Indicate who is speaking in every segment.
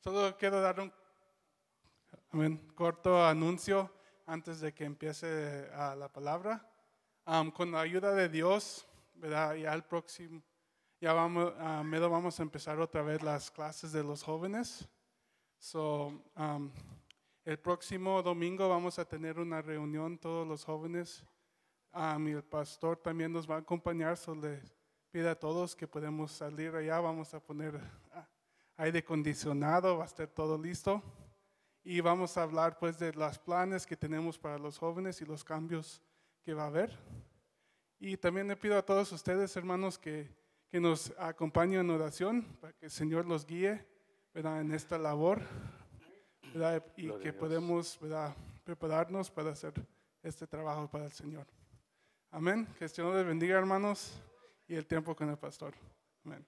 Speaker 1: Solo quiero dar un amén, corto anuncio antes de que empiece ah, la palabra. Am, con la ayuda de Dios, ¿verdad? ya el próximo, ya vamos, a medio vamos a empezar otra vez las clases de los jóvenes. So, am, el próximo domingo vamos a tener una reunión todos los jóvenes. Am, y el pastor también nos va a acompañar. So le pido a todos que podemos salir allá. Vamos a poner ah, aire acondicionado, va a estar todo listo. Y vamos a hablar pues de los planes que tenemos para los jóvenes y los cambios que va a haber. Y también le pido a todos ustedes, hermanos, que, que nos acompañen en oración para que el Señor los guíe ¿verdad? en esta labor ¿verdad? y
Speaker 2: Gloria a
Speaker 1: que
Speaker 2: Dios.
Speaker 1: podemos ¿verdad? prepararnos para hacer este trabajo para el Señor. Amén. Que el Señor les bendiga, hermanos, y el tiempo con el pastor. Amén.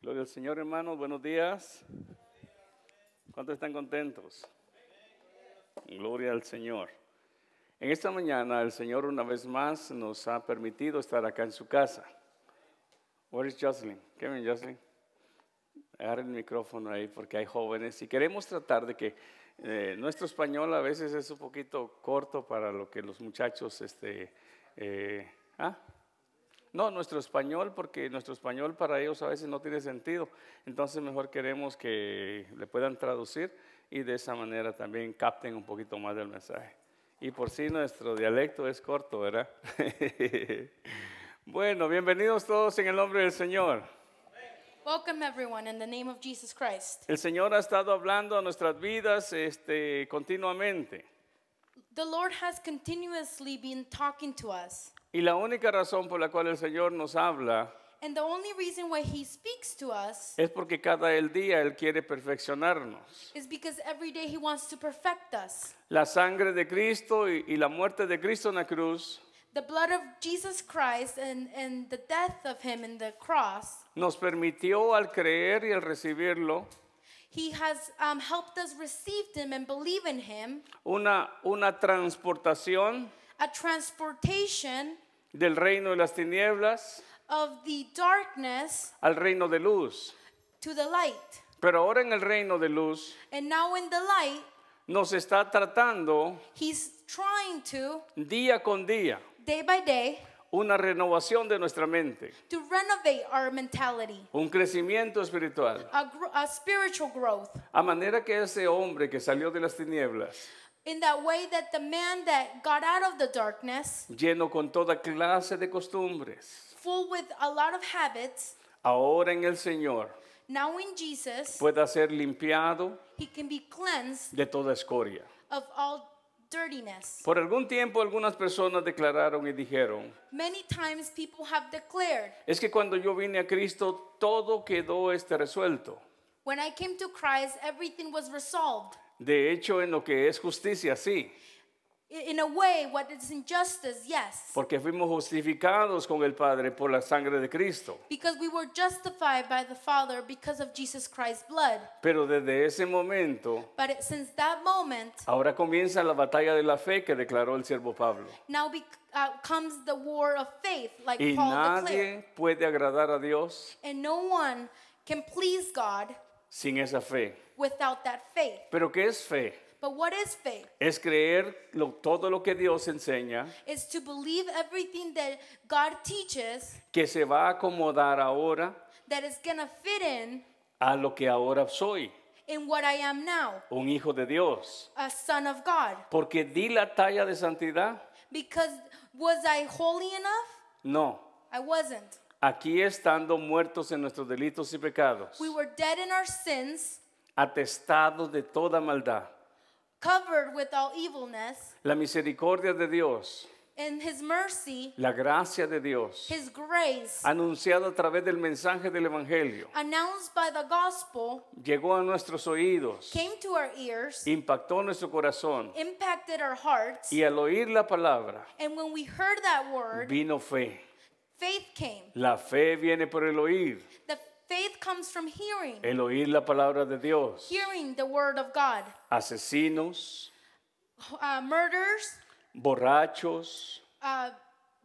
Speaker 2: Gloria al Señor, hermanos. Buenos días. ¿Cuántos están contentos? Gloria al Señor. En esta mañana, el Señor una vez más nos ha permitido estar acá en su casa. Where is Jocelyn? Kevin, Jocelyn. Agarra el micrófono ahí porque hay jóvenes y queremos tratar de que eh, nuestro español a veces es un poquito corto para lo que los muchachos, este, eh, ah, no, nuestro español, porque nuestro español para ellos a veces no tiene sentido. Entonces mejor queremos que le puedan traducir y de esa manera también capten un poquito más del mensaje. Y por si nuestro dialecto es corto, ¿verdad? bueno, bienvenidos todos en el nombre del Señor.
Speaker 3: Welcome, everyone, in the name of Jesus Christ.
Speaker 2: El Señor ha estado hablando a nuestras vidas este, continuamente.
Speaker 3: The Lord has continuously been talking to us,
Speaker 2: Y la única razón por la cual el Señor nos habla
Speaker 3: and the only reason why He speaks to us
Speaker 2: es porque cada el día Él quiere perfeccionarnos.
Speaker 3: is because every day He wants to perfect us.
Speaker 2: La sangre de Cristo y, y la muerte de Cristo en la cruz
Speaker 3: The blood of Jesus Christ and, and the death of Him in the cross,
Speaker 2: nos permitió al creer y al recibirlo
Speaker 3: He has um, helped us receive Him and believe in Him,
Speaker 2: una, una transportación
Speaker 3: a transportation
Speaker 2: del reino de las tinieblas
Speaker 3: of the darkness
Speaker 2: al reino de luz.
Speaker 3: to the light.
Speaker 2: Pero ahora en el reino de luz
Speaker 3: And now in the light,
Speaker 2: nos está tratando
Speaker 3: He's trying to,
Speaker 2: día con día
Speaker 3: day by day,
Speaker 2: una renovación de nuestra mente,
Speaker 3: to renovate our mentality,
Speaker 2: un crecimiento espiritual.
Speaker 3: a, gr- a spiritual growth,
Speaker 2: A manera que ese hombre que salió de las tinieblas,
Speaker 3: in that way that the man that got out of the darkness,
Speaker 2: lleno con toda clase de costumbres,
Speaker 3: full with a lot of habits,
Speaker 2: ahora en el Señor
Speaker 3: now in Jesus,
Speaker 2: pueda ser limpiado
Speaker 3: he can be cleansed
Speaker 2: de toda escoria.
Speaker 3: of all dirtiness.
Speaker 2: Por algún tiempo algunas personas declararon y dijeron,
Speaker 3: Many times people have declared,
Speaker 2: es que cuando yo vine a Cristo todo quedó este resuelto.
Speaker 3: when I came to Christ, everything was resolved.
Speaker 2: De hecho, en lo que es justicia, sí,
Speaker 3: I- In a way, what is injustice, yes,
Speaker 2: porque fuimos justificados con el Padre por la sangre de Cristo.
Speaker 3: because we were justified by the Father because of Jesus Christ's blood.
Speaker 2: Pero desde ese momento,
Speaker 3: But it, since that moment,
Speaker 2: ahora comienza la batalla de la fe que declaró el siervo Pablo.
Speaker 3: Now bec uh, comes the war of faith, like
Speaker 2: Y
Speaker 3: Paul declared.
Speaker 2: nadie puede agradar a Dios
Speaker 3: And no one can please God
Speaker 2: sin esa fe.
Speaker 3: without that faith.
Speaker 2: Pero ¿qué es fe?
Speaker 3: But what is faith?
Speaker 2: Es creer lo- todo lo que Dios enseña
Speaker 3: It's to believe everything that God teaches
Speaker 2: que se va a acomodar ahora
Speaker 3: that is going to fit in
Speaker 2: a lo que ahora soy,
Speaker 3: in what I am now,
Speaker 2: un hijo de Dios.
Speaker 3: a son of God.
Speaker 2: Porque di la talla de santidad.
Speaker 3: Because was I holy enough?
Speaker 2: No,
Speaker 3: I wasn't.
Speaker 2: aquí estando muertos en nuestros delitos y pecados,
Speaker 3: We were dead in our sins,
Speaker 2: atestados de toda maldad.
Speaker 3: covered with all evilness,
Speaker 2: La misericordia de Dios,
Speaker 3: and his mercy,
Speaker 2: la gracia de Dios,
Speaker 3: his grace,
Speaker 2: anunciada a través del mensaje del Evangelio,
Speaker 3: announced by the gospel,
Speaker 2: llegó a nuestros oídos,
Speaker 3: came to our ears,
Speaker 2: impactó nuestro corazón
Speaker 3: impacted our hearts,
Speaker 2: y al oír la palabra
Speaker 3: and when we heard that word,
Speaker 2: vino fe.
Speaker 3: faith came.
Speaker 2: La fe viene por el oír,
Speaker 3: The faith comes from hearing,
Speaker 2: el oír la palabra de Dios.
Speaker 3: hearing the word of God.
Speaker 2: Asesinos,
Speaker 3: uh, murders,
Speaker 2: borrachos,
Speaker 3: uh,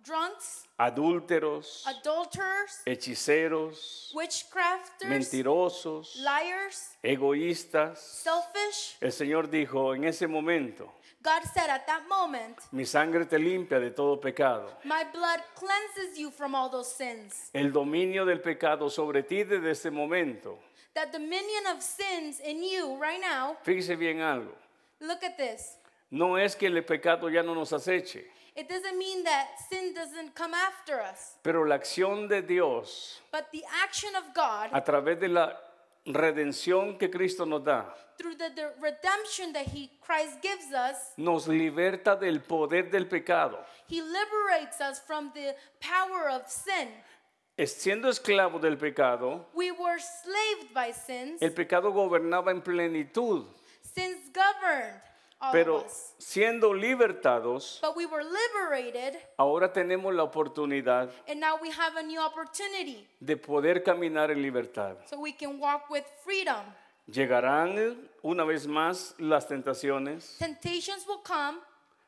Speaker 3: drunks,
Speaker 2: adúlteros,
Speaker 3: adulterers,
Speaker 2: hechiceros,
Speaker 3: witchcrafters,
Speaker 2: mentirosos,
Speaker 3: liars,
Speaker 2: egoístas.
Speaker 3: selfish.
Speaker 2: El Señor dijo, en ese momento,
Speaker 3: God said at that moment,
Speaker 2: mi sangre te limpia de todo pecado.
Speaker 3: My blood cleanses you from all those sins.
Speaker 2: El dominio del pecado sobre ti desde ese momento.
Speaker 3: That dominion of sins in you right now,
Speaker 2: Fíjese bien algo.
Speaker 3: look at this.
Speaker 2: No es que el pecado ya no nos aceche,
Speaker 3: It doesn't mean that sin doesn't come after us,
Speaker 2: pero la acción de Dios
Speaker 3: but the action of God
Speaker 2: a través de la redención que Cristo nos da
Speaker 3: through the, the redemption that He Christ gives us,
Speaker 2: nos liberta del poder del pecado.
Speaker 3: He liberates us from the power of sin.
Speaker 2: Es- Siendo esclavos del pecado,
Speaker 3: We were slaved by sins.
Speaker 2: el pecado gobernaba en plenitud,
Speaker 3: Sins governed all
Speaker 2: pero
Speaker 3: of us.
Speaker 2: siendo libertados,
Speaker 3: But we were liberated,
Speaker 2: ahora tenemos la oportunidad
Speaker 3: and now we have a new opportunity.
Speaker 2: de poder caminar en libertad.
Speaker 3: So we can walk with freedom.
Speaker 2: Llegarán una vez más las tentaciones,
Speaker 3: Temptations will come,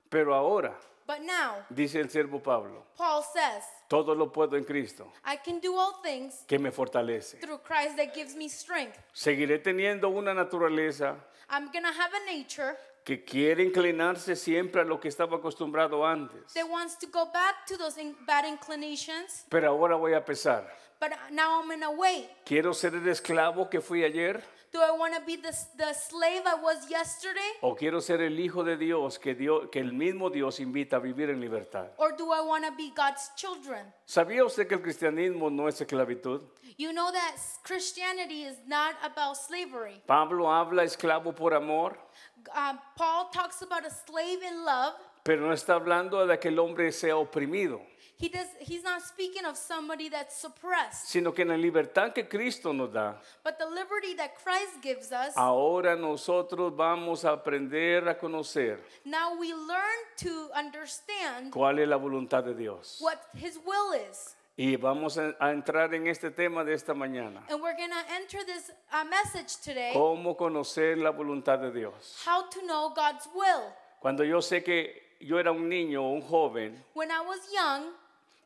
Speaker 2: pero ahora,
Speaker 3: but now,
Speaker 2: dice el siervo Pablo,
Speaker 3: Paul says,
Speaker 2: todo lo puedo en Cristo,
Speaker 3: I can do all things
Speaker 2: que me fortalece.
Speaker 3: through Christ that gives me strength.
Speaker 2: Seguiré teniendo una naturaleza
Speaker 3: I'm going to have a nature
Speaker 2: que quiere inclinarse siempre a lo que estaba acostumbrado antes,
Speaker 3: that wants to go back to those in- bad inclinations,
Speaker 2: pero ahora voy a pesar.
Speaker 3: but now I'm in a way.
Speaker 2: ¿Quiero ser el esclavo que fui ayer
Speaker 3: Do I want to be the, s- the slave I was yesterday?
Speaker 2: o quiero ser el hijo de Dios que, Dios que el mismo Dios invita a vivir en libertad?
Speaker 3: Or do I want to be God's children?
Speaker 2: ¿Sabía usted que el cristianismo no es esclavitud?
Speaker 3: You know that s- Christianity is not about slavery.
Speaker 2: Pablo habla esclavo por amor,
Speaker 3: G- Um, Paul talks about a slave in love.
Speaker 2: pero no está hablando de que el hombre sea oprimido,
Speaker 3: He does, he's not speaking of somebody that's suppressed.
Speaker 2: sino que en la libertad que Cristo nos da,
Speaker 3: But the liberty that Christ gives us,
Speaker 2: ahora nosotros vamos a aprender a conocer
Speaker 3: now we learn to understand
Speaker 2: cuál es la voluntad de Dios.
Speaker 3: what His will is.
Speaker 2: Y vamos a, a entrar en este tema de esta mañana.
Speaker 3: And we're going to enter this uh, message today
Speaker 2: ¿Cómo conocer la voluntad de Dios?
Speaker 3: how to know God's will.
Speaker 2: Cuando yo sé que yo era un niño, un joven,
Speaker 3: When I was young,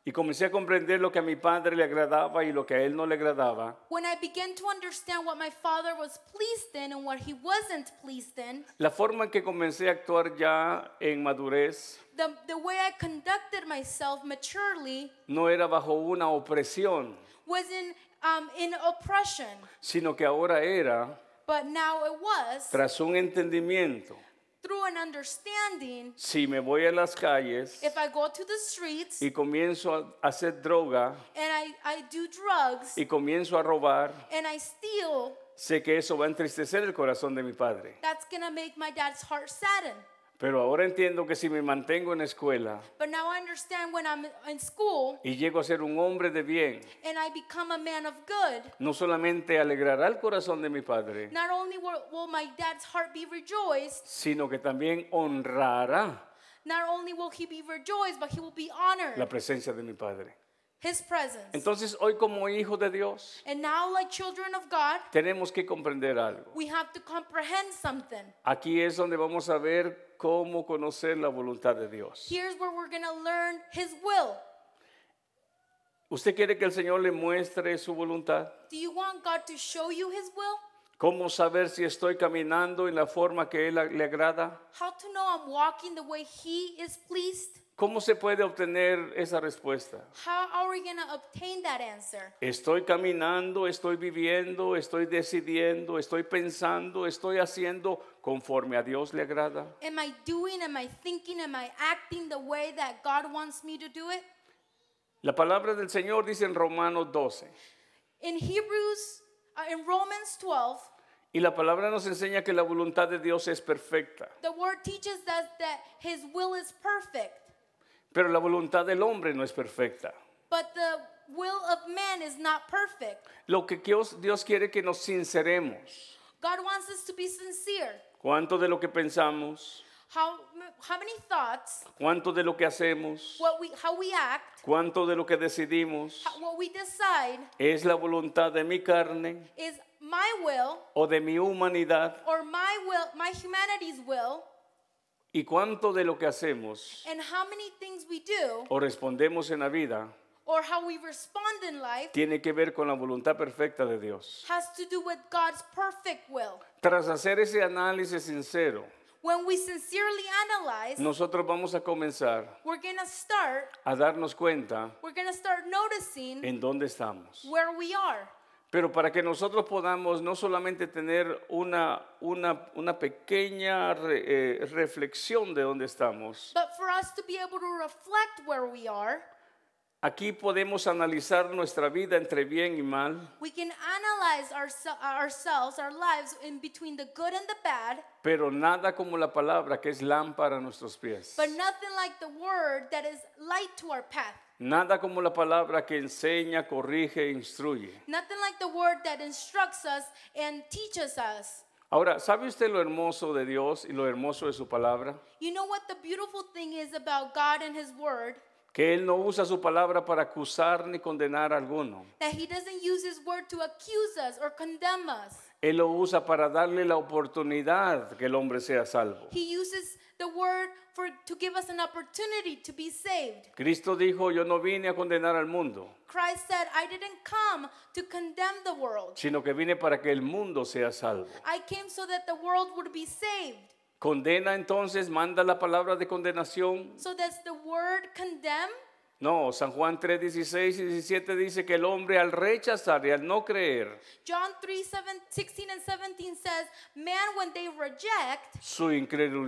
Speaker 2: y comencé a comprender lo que a mi padre le agradaba y lo que a él no le agradaba,
Speaker 3: when I began to understand what my father was pleased in and what he wasn't pleased in,
Speaker 2: la forma en que comencé a actuar ya en madurez
Speaker 3: the, the way I conducted myself maturely
Speaker 2: no era bajo una opresión,
Speaker 3: was in, um, in oppression.
Speaker 2: sino que ahora era
Speaker 3: But now it was
Speaker 2: tras un entendimiento.
Speaker 3: through an understanding.
Speaker 2: Si me voy a las calles
Speaker 3: If I go to the streets
Speaker 2: y comienzo a hacer droga
Speaker 3: and I, I do drugs
Speaker 2: y comienzo a robar,
Speaker 3: and I steal,
Speaker 2: sé que eso va a entristecer el corazón de mi padre.
Speaker 3: that's gonna make my dad's heart sadden.
Speaker 2: Pero ahora entiendo que si me mantengo en la escuela
Speaker 3: But now I understand when I'm in school
Speaker 2: y llego a ser un hombre de bien,
Speaker 3: and I become a man of good,
Speaker 2: no solamente alegrará el corazón de mi padre,
Speaker 3: not only will, will my dad's heart be rejoiced,
Speaker 2: sino que también honrará
Speaker 3: not only will he be rejoiced, but he will be
Speaker 2: la
Speaker 3: honored,
Speaker 2: presencia de mi padre.
Speaker 3: his presence.
Speaker 2: Entonces hoy como hijos de Dios
Speaker 3: And now, like children of God,
Speaker 2: tenemos que comprender algo.
Speaker 3: we have to comprehend something.
Speaker 2: Aquí es donde vamos a ver cómo conocer la voluntad de Dios.
Speaker 3: Here's where we're gonna learn his will.
Speaker 2: ¿Usted quiere que el Señor le muestre su voluntad?
Speaker 3: Do you want God to show you his will?
Speaker 2: ¿Cómo saber si estoy caminando en la forma que Él a- le agrada?
Speaker 3: How to know I'm walking the way He is pleased?
Speaker 2: ¿Cómo se puede obtener esa respuesta?
Speaker 3: How are we going to obtain that answer?
Speaker 2: Estoy caminando, estoy viviendo, estoy decidiendo, estoy pensando, estoy haciendo conforme a Dios le agrada.
Speaker 3: Am I doing, am I thinking, am I acting the way that God wants me to do it?
Speaker 2: La palabra del Señor dice en Romanos 12.
Speaker 3: In Hebrews, uh, in Romans 12,
Speaker 2: Y la palabra nos enseña que la voluntad de Dios es perfecta,
Speaker 3: the word teaches us that His will is perfect,
Speaker 2: pero la voluntad del hombre no es perfecta.
Speaker 3: but the will of man is not perfect.
Speaker 2: Lo que Dios, Dios quiere que nos sinceremos.
Speaker 3: God wants us to be sincere.
Speaker 2: ¿Cuánto de lo que pensamos?
Speaker 3: How, how many thoughts,
Speaker 2: ¿Cuánto de lo que hacemos?
Speaker 3: what we, how we act,
Speaker 2: ¿Cuánto de lo que decidimos?
Speaker 3: how, what we decide
Speaker 2: ¿Es la voluntad de mi carne
Speaker 3: is my will
Speaker 2: o de mi humanidad?
Speaker 3: or my will, my humanity's will,
Speaker 2: ¿Y cuánto de lo que hacemos
Speaker 3: And how many things we do
Speaker 2: o respondemos en la vida
Speaker 3: or how we respond in life
Speaker 2: tiene que ver con la voluntad perfecta de Dios?
Speaker 3: has to do with God's perfect will.
Speaker 2: Tras hacer ese análisis sincero,
Speaker 3: When we sincerely analyze,
Speaker 2: nosotros vamos a comenzar
Speaker 3: we're going to start
Speaker 2: a darnos cuenta
Speaker 3: we're going to start noticing
Speaker 2: en dónde estamos.
Speaker 3: where we are.
Speaker 2: Pero para que nosotros podamos no solamente tener una, una, una pequeña re- eh, reflexión de dónde estamos,
Speaker 3: But for us to be able to reflect where we are,
Speaker 2: aquí podemos analizar nuestra vida entre bien y mal,
Speaker 3: we can analyze ourse- ourselves, our lives in between the good and the bad,
Speaker 2: pero nada como la palabra que es lámpara a nuestros pies.
Speaker 3: but nothing like the word that is light to our path.
Speaker 2: Nada como la palabra que enseña, corrige e instruye.
Speaker 3: Nothing like the word that instructs us and teaches us.
Speaker 2: Ahora, ¿sabe usted lo hermoso de Dios y lo hermoso de su palabra?
Speaker 3: You know what the beautiful thing is about God and His Word?
Speaker 2: Que Él no usa su palabra para acusar ni condenar a alguno.
Speaker 3: That He doesn't use His Word to accuse us or condemn us.
Speaker 2: Él lo usa para darle la oportunidad que el hombre sea salvo.
Speaker 3: He uses the Word for, to give us an opportunity to be saved.
Speaker 2: Cristo dijo, yo no vine a condenar al mundo,
Speaker 3: Christ said, I didn't come to condemn the world.
Speaker 2: sino que vine para que el mundo sea salvo.
Speaker 3: I came so that the world would be saved.
Speaker 2: ¿Condena entonces? ¿Manda la palabra de condenación?
Speaker 3: So does the word condemn?
Speaker 2: No, San Juan 3, 16 y 17 dice que el hombre al rechazar y al no creer,
Speaker 3: John 3, 7, 16 and 17 says, Man, when they reject,
Speaker 2: su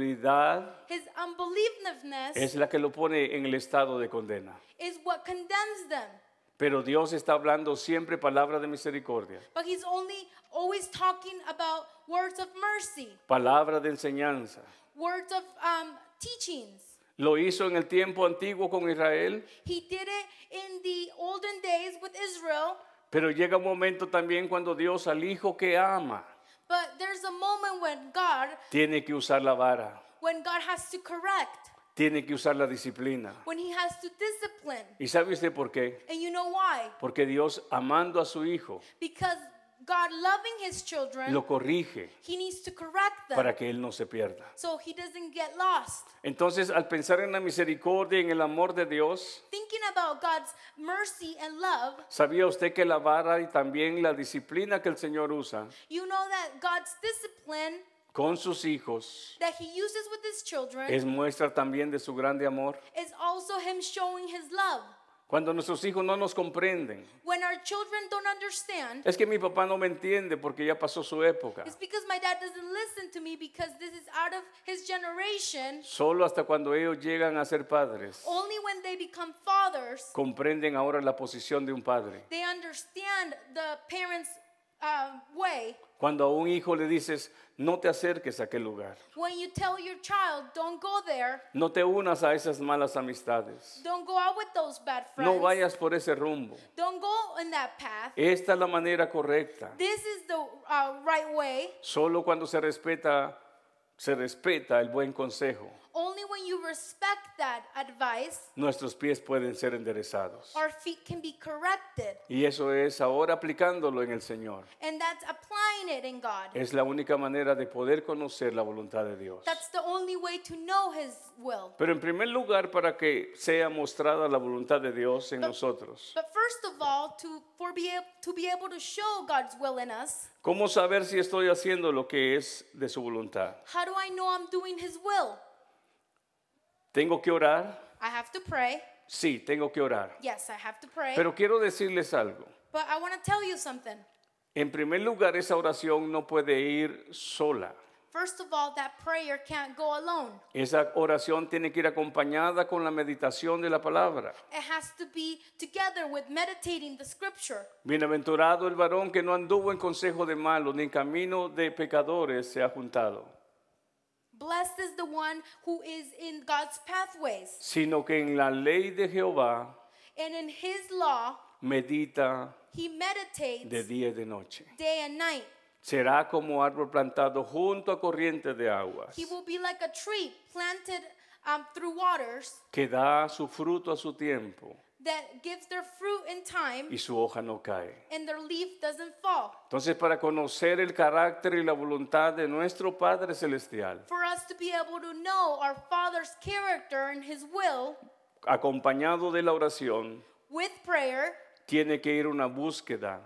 Speaker 2: incredulidad
Speaker 3: his unbelievness
Speaker 2: es la que lo pone en el estado de condena.
Speaker 3: is what condemns them.
Speaker 2: Pero Dios está hablando siempre palabra de misericordia,
Speaker 3: But he's only always talking about words of mercy,
Speaker 2: palabra de enseñanza.
Speaker 3: words of um, teachings.
Speaker 2: Lo hizo en el tiempo antiguo con Israel,
Speaker 3: He did it in the olden days with Israel,
Speaker 2: Pero llega un momento también cuando Dios al hijo que ama
Speaker 3: but there's a moment when God,
Speaker 2: tiene que usar la vara,
Speaker 3: when God has to correct,
Speaker 2: tiene que usar la disciplina.
Speaker 3: when he has to discipline.
Speaker 2: ¿Y sabe usted por qué?
Speaker 3: And you know why?
Speaker 2: Porque Dios amando a su hijo
Speaker 3: Because God loving his children,
Speaker 2: lo corrige
Speaker 3: he needs to correct them
Speaker 2: para que él no se pierda.
Speaker 3: so he doesn't get lost.
Speaker 2: Entonces, al pensar en la misericordia y en el amor de Dios,
Speaker 3: Thinking about God's mercy and love,
Speaker 2: ¿sabía usted que la vara y también la disciplina que el Señor usa
Speaker 3: you know that God's discipline
Speaker 2: con sus hijos
Speaker 3: that he uses with his children
Speaker 2: es muestra también de su grande amor?
Speaker 3: is also him showing his love.
Speaker 2: Cuando nuestros hijos no nos comprenden,
Speaker 3: When our children don't understand,
Speaker 2: es que mi papá no me entiende porque ya pasó su época.
Speaker 3: it's because my dad doesn't listen to me because this is out of his generation.
Speaker 2: Solo hasta cuando ellos llegan a ser padres
Speaker 3: Only when they become fathers,
Speaker 2: comprenden ahora la posición de un padre.
Speaker 3: they understand the parents' um way.
Speaker 2: Cuando a un hijo le dices, no te acerques a aquel lugar,
Speaker 3: When you tell your child, don't go there,
Speaker 2: no te unas a esas malas amistades,
Speaker 3: don't go out with those bad friends,
Speaker 2: no vayas por ese rumbo,
Speaker 3: don't go in that path,
Speaker 2: esta es la manera correcta.
Speaker 3: this is the uh, right way.
Speaker 2: Solo cuando se respeta, se respeta el buen consejo,
Speaker 3: Only when you respect that advice,
Speaker 2: nuestros pies pueden ser enderezados.
Speaker 3: our feet can be corrected.
Speaker 2: Y eso es ahora aplicándolo en el Señor.
Speaker 3: And that's applying it in God.
Speaker 2: Es la única manera de poder conocer la voluntad de Dios.
Speaker 3: That's the only way to know His will.
Speaker 2: Pero en primer lugar, para que sea mostrada la voluntad de Dios en nosotros.
Speaker 3: But first of all, to, for be ab- to be able to show God's will in us,
Speaker 2: ¿Cómo saber si estoy haciendo lo que es de su voluntad?
Speaker 3: how do I know I'm doing His will?
Speaker 2: ¿Tengo que orar?
Speaker 3: I have to pray.
Speaker 2: Sí, tengo que orar.
Speaker 3: Yes, I have to pray.
Speaker 2: Pero quiero decirles algo.
Speaker 3: but I want to tell you something.
Speaker 2: En primer lugar, esa oración no puede ir sola.
Speaker 3: First of all, that prayer can't go alone.
Speaker 2: Esa oración tiene que ir acompañada con la meditación de la palabra.
Speaker 3: It has to be together with meditating the scripture.
Speaker 2: Bienaventurado el varón que no anduvo en consejo de malos, ni en camino de pecadores se ha juntado,
Speaker 3: Blessed is the one who is in God's pathways,
Speaker 2: sino que en la ley de Jehová
Speaker 3: and in His law
Speaker 2: medita
Speaker 3: he meditates
Speaker 2: de día y de noche.
Speaker 3: day and night.
Speaker 2: Será como árbol plantado junto a corrientes de aguas,
Speaker 3: He will be like a tree planted um, through waters
Speaker 2: que da su fruto a su tiempo
Speaker 3: that gives their fruit in time
Speaker 2: y su hoja no cae.
Speaker 3: and their leaf doesn't fall.
Speaker 2: Entonces, para conocer el carácter y la voluntad de nuestro Padre Celestial,
Speaker 3: For us to be able to know our Father's character and His will
Speaker 2: acompañado de la oración,
Speaker 3: with prayer,
Speaker 2: tiene que ir una búsqueda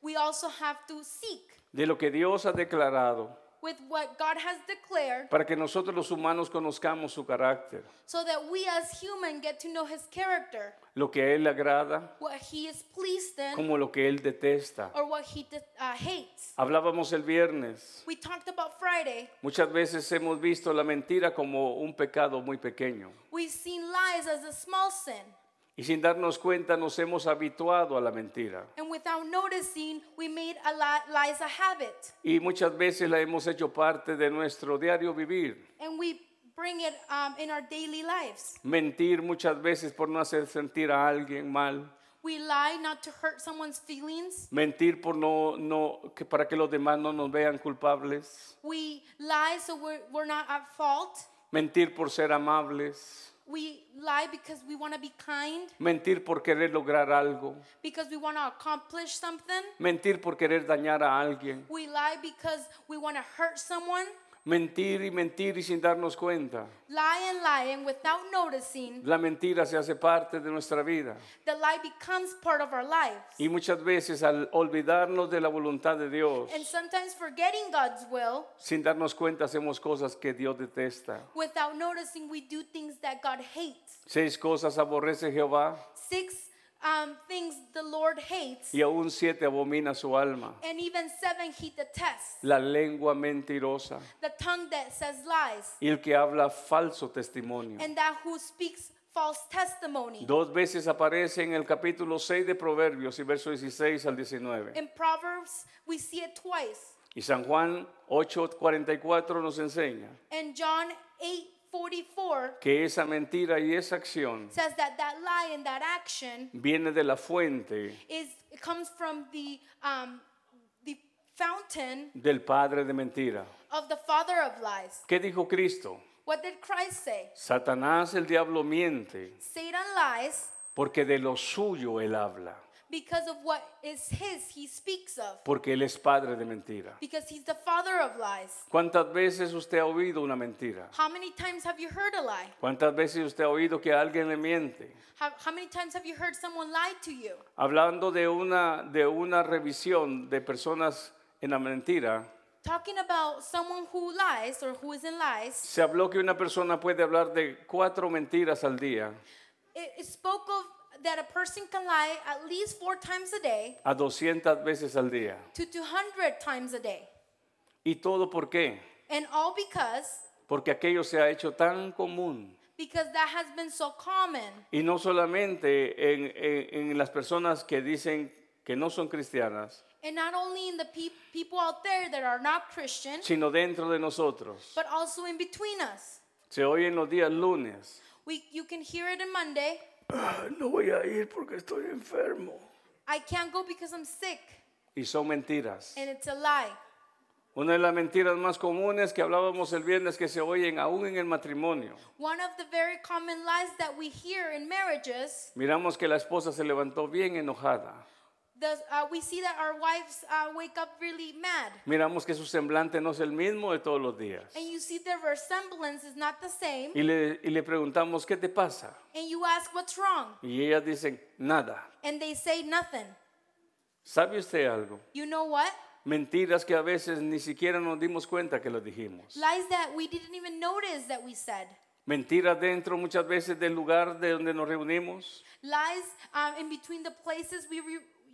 Speaker 3: we also have to seek
Speaker 2: de lo que Dios ha declarado
Speaker 3: with what God has declared
Speaker 2: para que nosotros los humanos conozcamos su carácter,
Speaker 3: so that we as human get to know His character,
Speaker 2: lo que a Él le agrada
Speaker 3: what He is pleased in
Speaker 2: como lo que Él detesta.
Speaker 3: or what He de- uh, hates.
Speaker 2: Hablábamos el viernes,
Speaker 3: We talked about Friday.
Speaker 2: muchas veces hemos visto la mentira como un pecado muy pequeño
Speaker 3: We've seen lies as a small sin,
Speaker 2: y sin darnos cuenta nos hemos habituado a la mentira.
Speaker 3: and without noticing, we made a li- lies a habit,
Speaker 2: Y muchas veces la hemos hecho parte de nuestro diario vivir.
Speaker 3: and we bring it um, in our daily lives.
Speaker 2: Mentir muchas veces por no hacer sentir a alguien mal.
Speaker 3: We lie not to hurt someone's feelings.
Speaker 2: Mentir por no, no, que para que los demás no nos vean culpables.
Speaker 3: We lie so we're, we're not at fault.
Speaker 2: Mentir por ser amables.
Speaker 3: We lie because we want to be kind,
Speaker 2: Mentir por querer lograr algo.
Speaker 3: because we want to accomplish something.
Speaker 2: Mentir por querer dañar a alguien.
Speaker 3: We lie because we want to hurt someone.
Speaker 2: Mentir y mentir y sin darnos cuenta.
Speaker 3: Lie and lie, and without noticing,
Speaker 2: La mentira se hace parte de nuestra vida.
Speaker 3: the lie becomes part of our lives.
Speaker 2: Y muchas veces al olvidarnos de la voluntad de Dios,
Speaker 3: And sometimes forgetting God's will,
Speaker 2: sin darnos cuenta hacemos cosas que Dios detesta.
Speaker 3: without noticing, we do things that God hates.
Speaker 2: Seis cosas aborrece Jehová
Speaker 3: Six um, things the Lord hates,
Speaker 2: y aún siete abomina su alma.
Speaker 3: and even seven he detests.
Speaker 2: La lengua mentirosa
Speaker 3: The tongue that says lies,
Speaker 2: y el que habla falso testimonio.
Speaker 3: and that who speaks false testimony.
Speaker 2: Dos veces aparece en el capítulo 6 de Proverbios y verso 16 al 19.
Speaker 3: In Proverbs, we see it twice.
Speaker 2: Y San Juan 8:44 nos enseña
Speaker 3: And John 8 44
Speaker 2: que esa mentira y esa acción
Speaker 3: says that that lie and that action
Speaker 2: viene de la fuente
Speaker 3: is it comes from the um, the fountain
Speaker 2: del padre de mentira.
Speaker 3: of the father of lies.
Speaker 2: ¿Qué dijo Cristo?
Speaker 3: What did Christ say?
Speaker 2: Satanás el diablo miente
Speaker 3: Satan lies
Speaker 2: porque de lo suyo él habla,
Speaker 3: because of what is his he speaks of
Speaker 2: porque él es padre de mentira.
Speaker 3: because he's the father of lies.
Speaker 2: ¿Cuántas veces usted ha oído una mentira?
Speaker 3: How many times have you heard a lie?
Speaker 2: ¿Cuántas veces usted ha oído que alguien le miente?
Speaker 3: How, how many times have you heard someone lie to you?
Speaker 2: Hablando de una, de una revisión de personas en la mentira,
Speaker 3: Talking about someone who lies or who is in lies,
Speaker 2: se habló que una persona puede hablar de cuatro mentiras al día
Speaker 3: it, it spoke of that a person can lie at least four times a day
Speaker 2: a 200 veces al día.
Speaker 3: to 200 times a day.
Speaker 2: ¿Y todo por qué?
Speaker 3: And all because
Speaker 2: Porque aquello se ha hecho tan común.
Speaker 3: because that has been so common
Speaker 2: Y no solamente en, en- en las personas que dicen que no son cristianas,
Speaker 3: and not only in the peop people out there that are not christian
Speaker 2: sino dentro de nosotros.
Speaker 3: but also in between us
Speaker 2: Se oye en los días lunes.
Speaker 3: we, you can hear it in monday
Speaker 2: "Ah, No voy a ir porque estoy enfermo.
Speaker 3: i can't go because i'm sick
Speaker 2: Y son mentiras.
Speaker 3: and it's a lie
Speaker 2: Una de las mentiras más comunes que hablábamos el viernes que se oyen aún en el matrimonio.
Speaker 3: one of the very common lies that we hear in marriages
Speaker 2: Miramos que la esposa se levantó bien enojada.
Speaker 3: the, uh, we see that our wives uh, wake up really mad
Speaker 2: Miramos que su semblante no es el mismo de todos los días.
Speaker 3: and you see their resemblance is not the same
Speaker 2: Y le, y le preguntamos, ¿qué te pasa?
Speaker 3: and you ask what's wrong
Speaker 2: Y ellas dicen, nada.
Speaker 3: and they say nothing
Speaker 2: ¿Sabe usted algo?
Speaker 3: you know what
Speaker 2: Mentiras que a veces ni siquiera nos dimos cuenta que las dijimos.
Speaker 3: lies that we didn't even notice that we said
Speaker 2: Mentiras dentro muchas veces del lugar de donde nos reunimos.
Speaker 3: lies um, in between the places we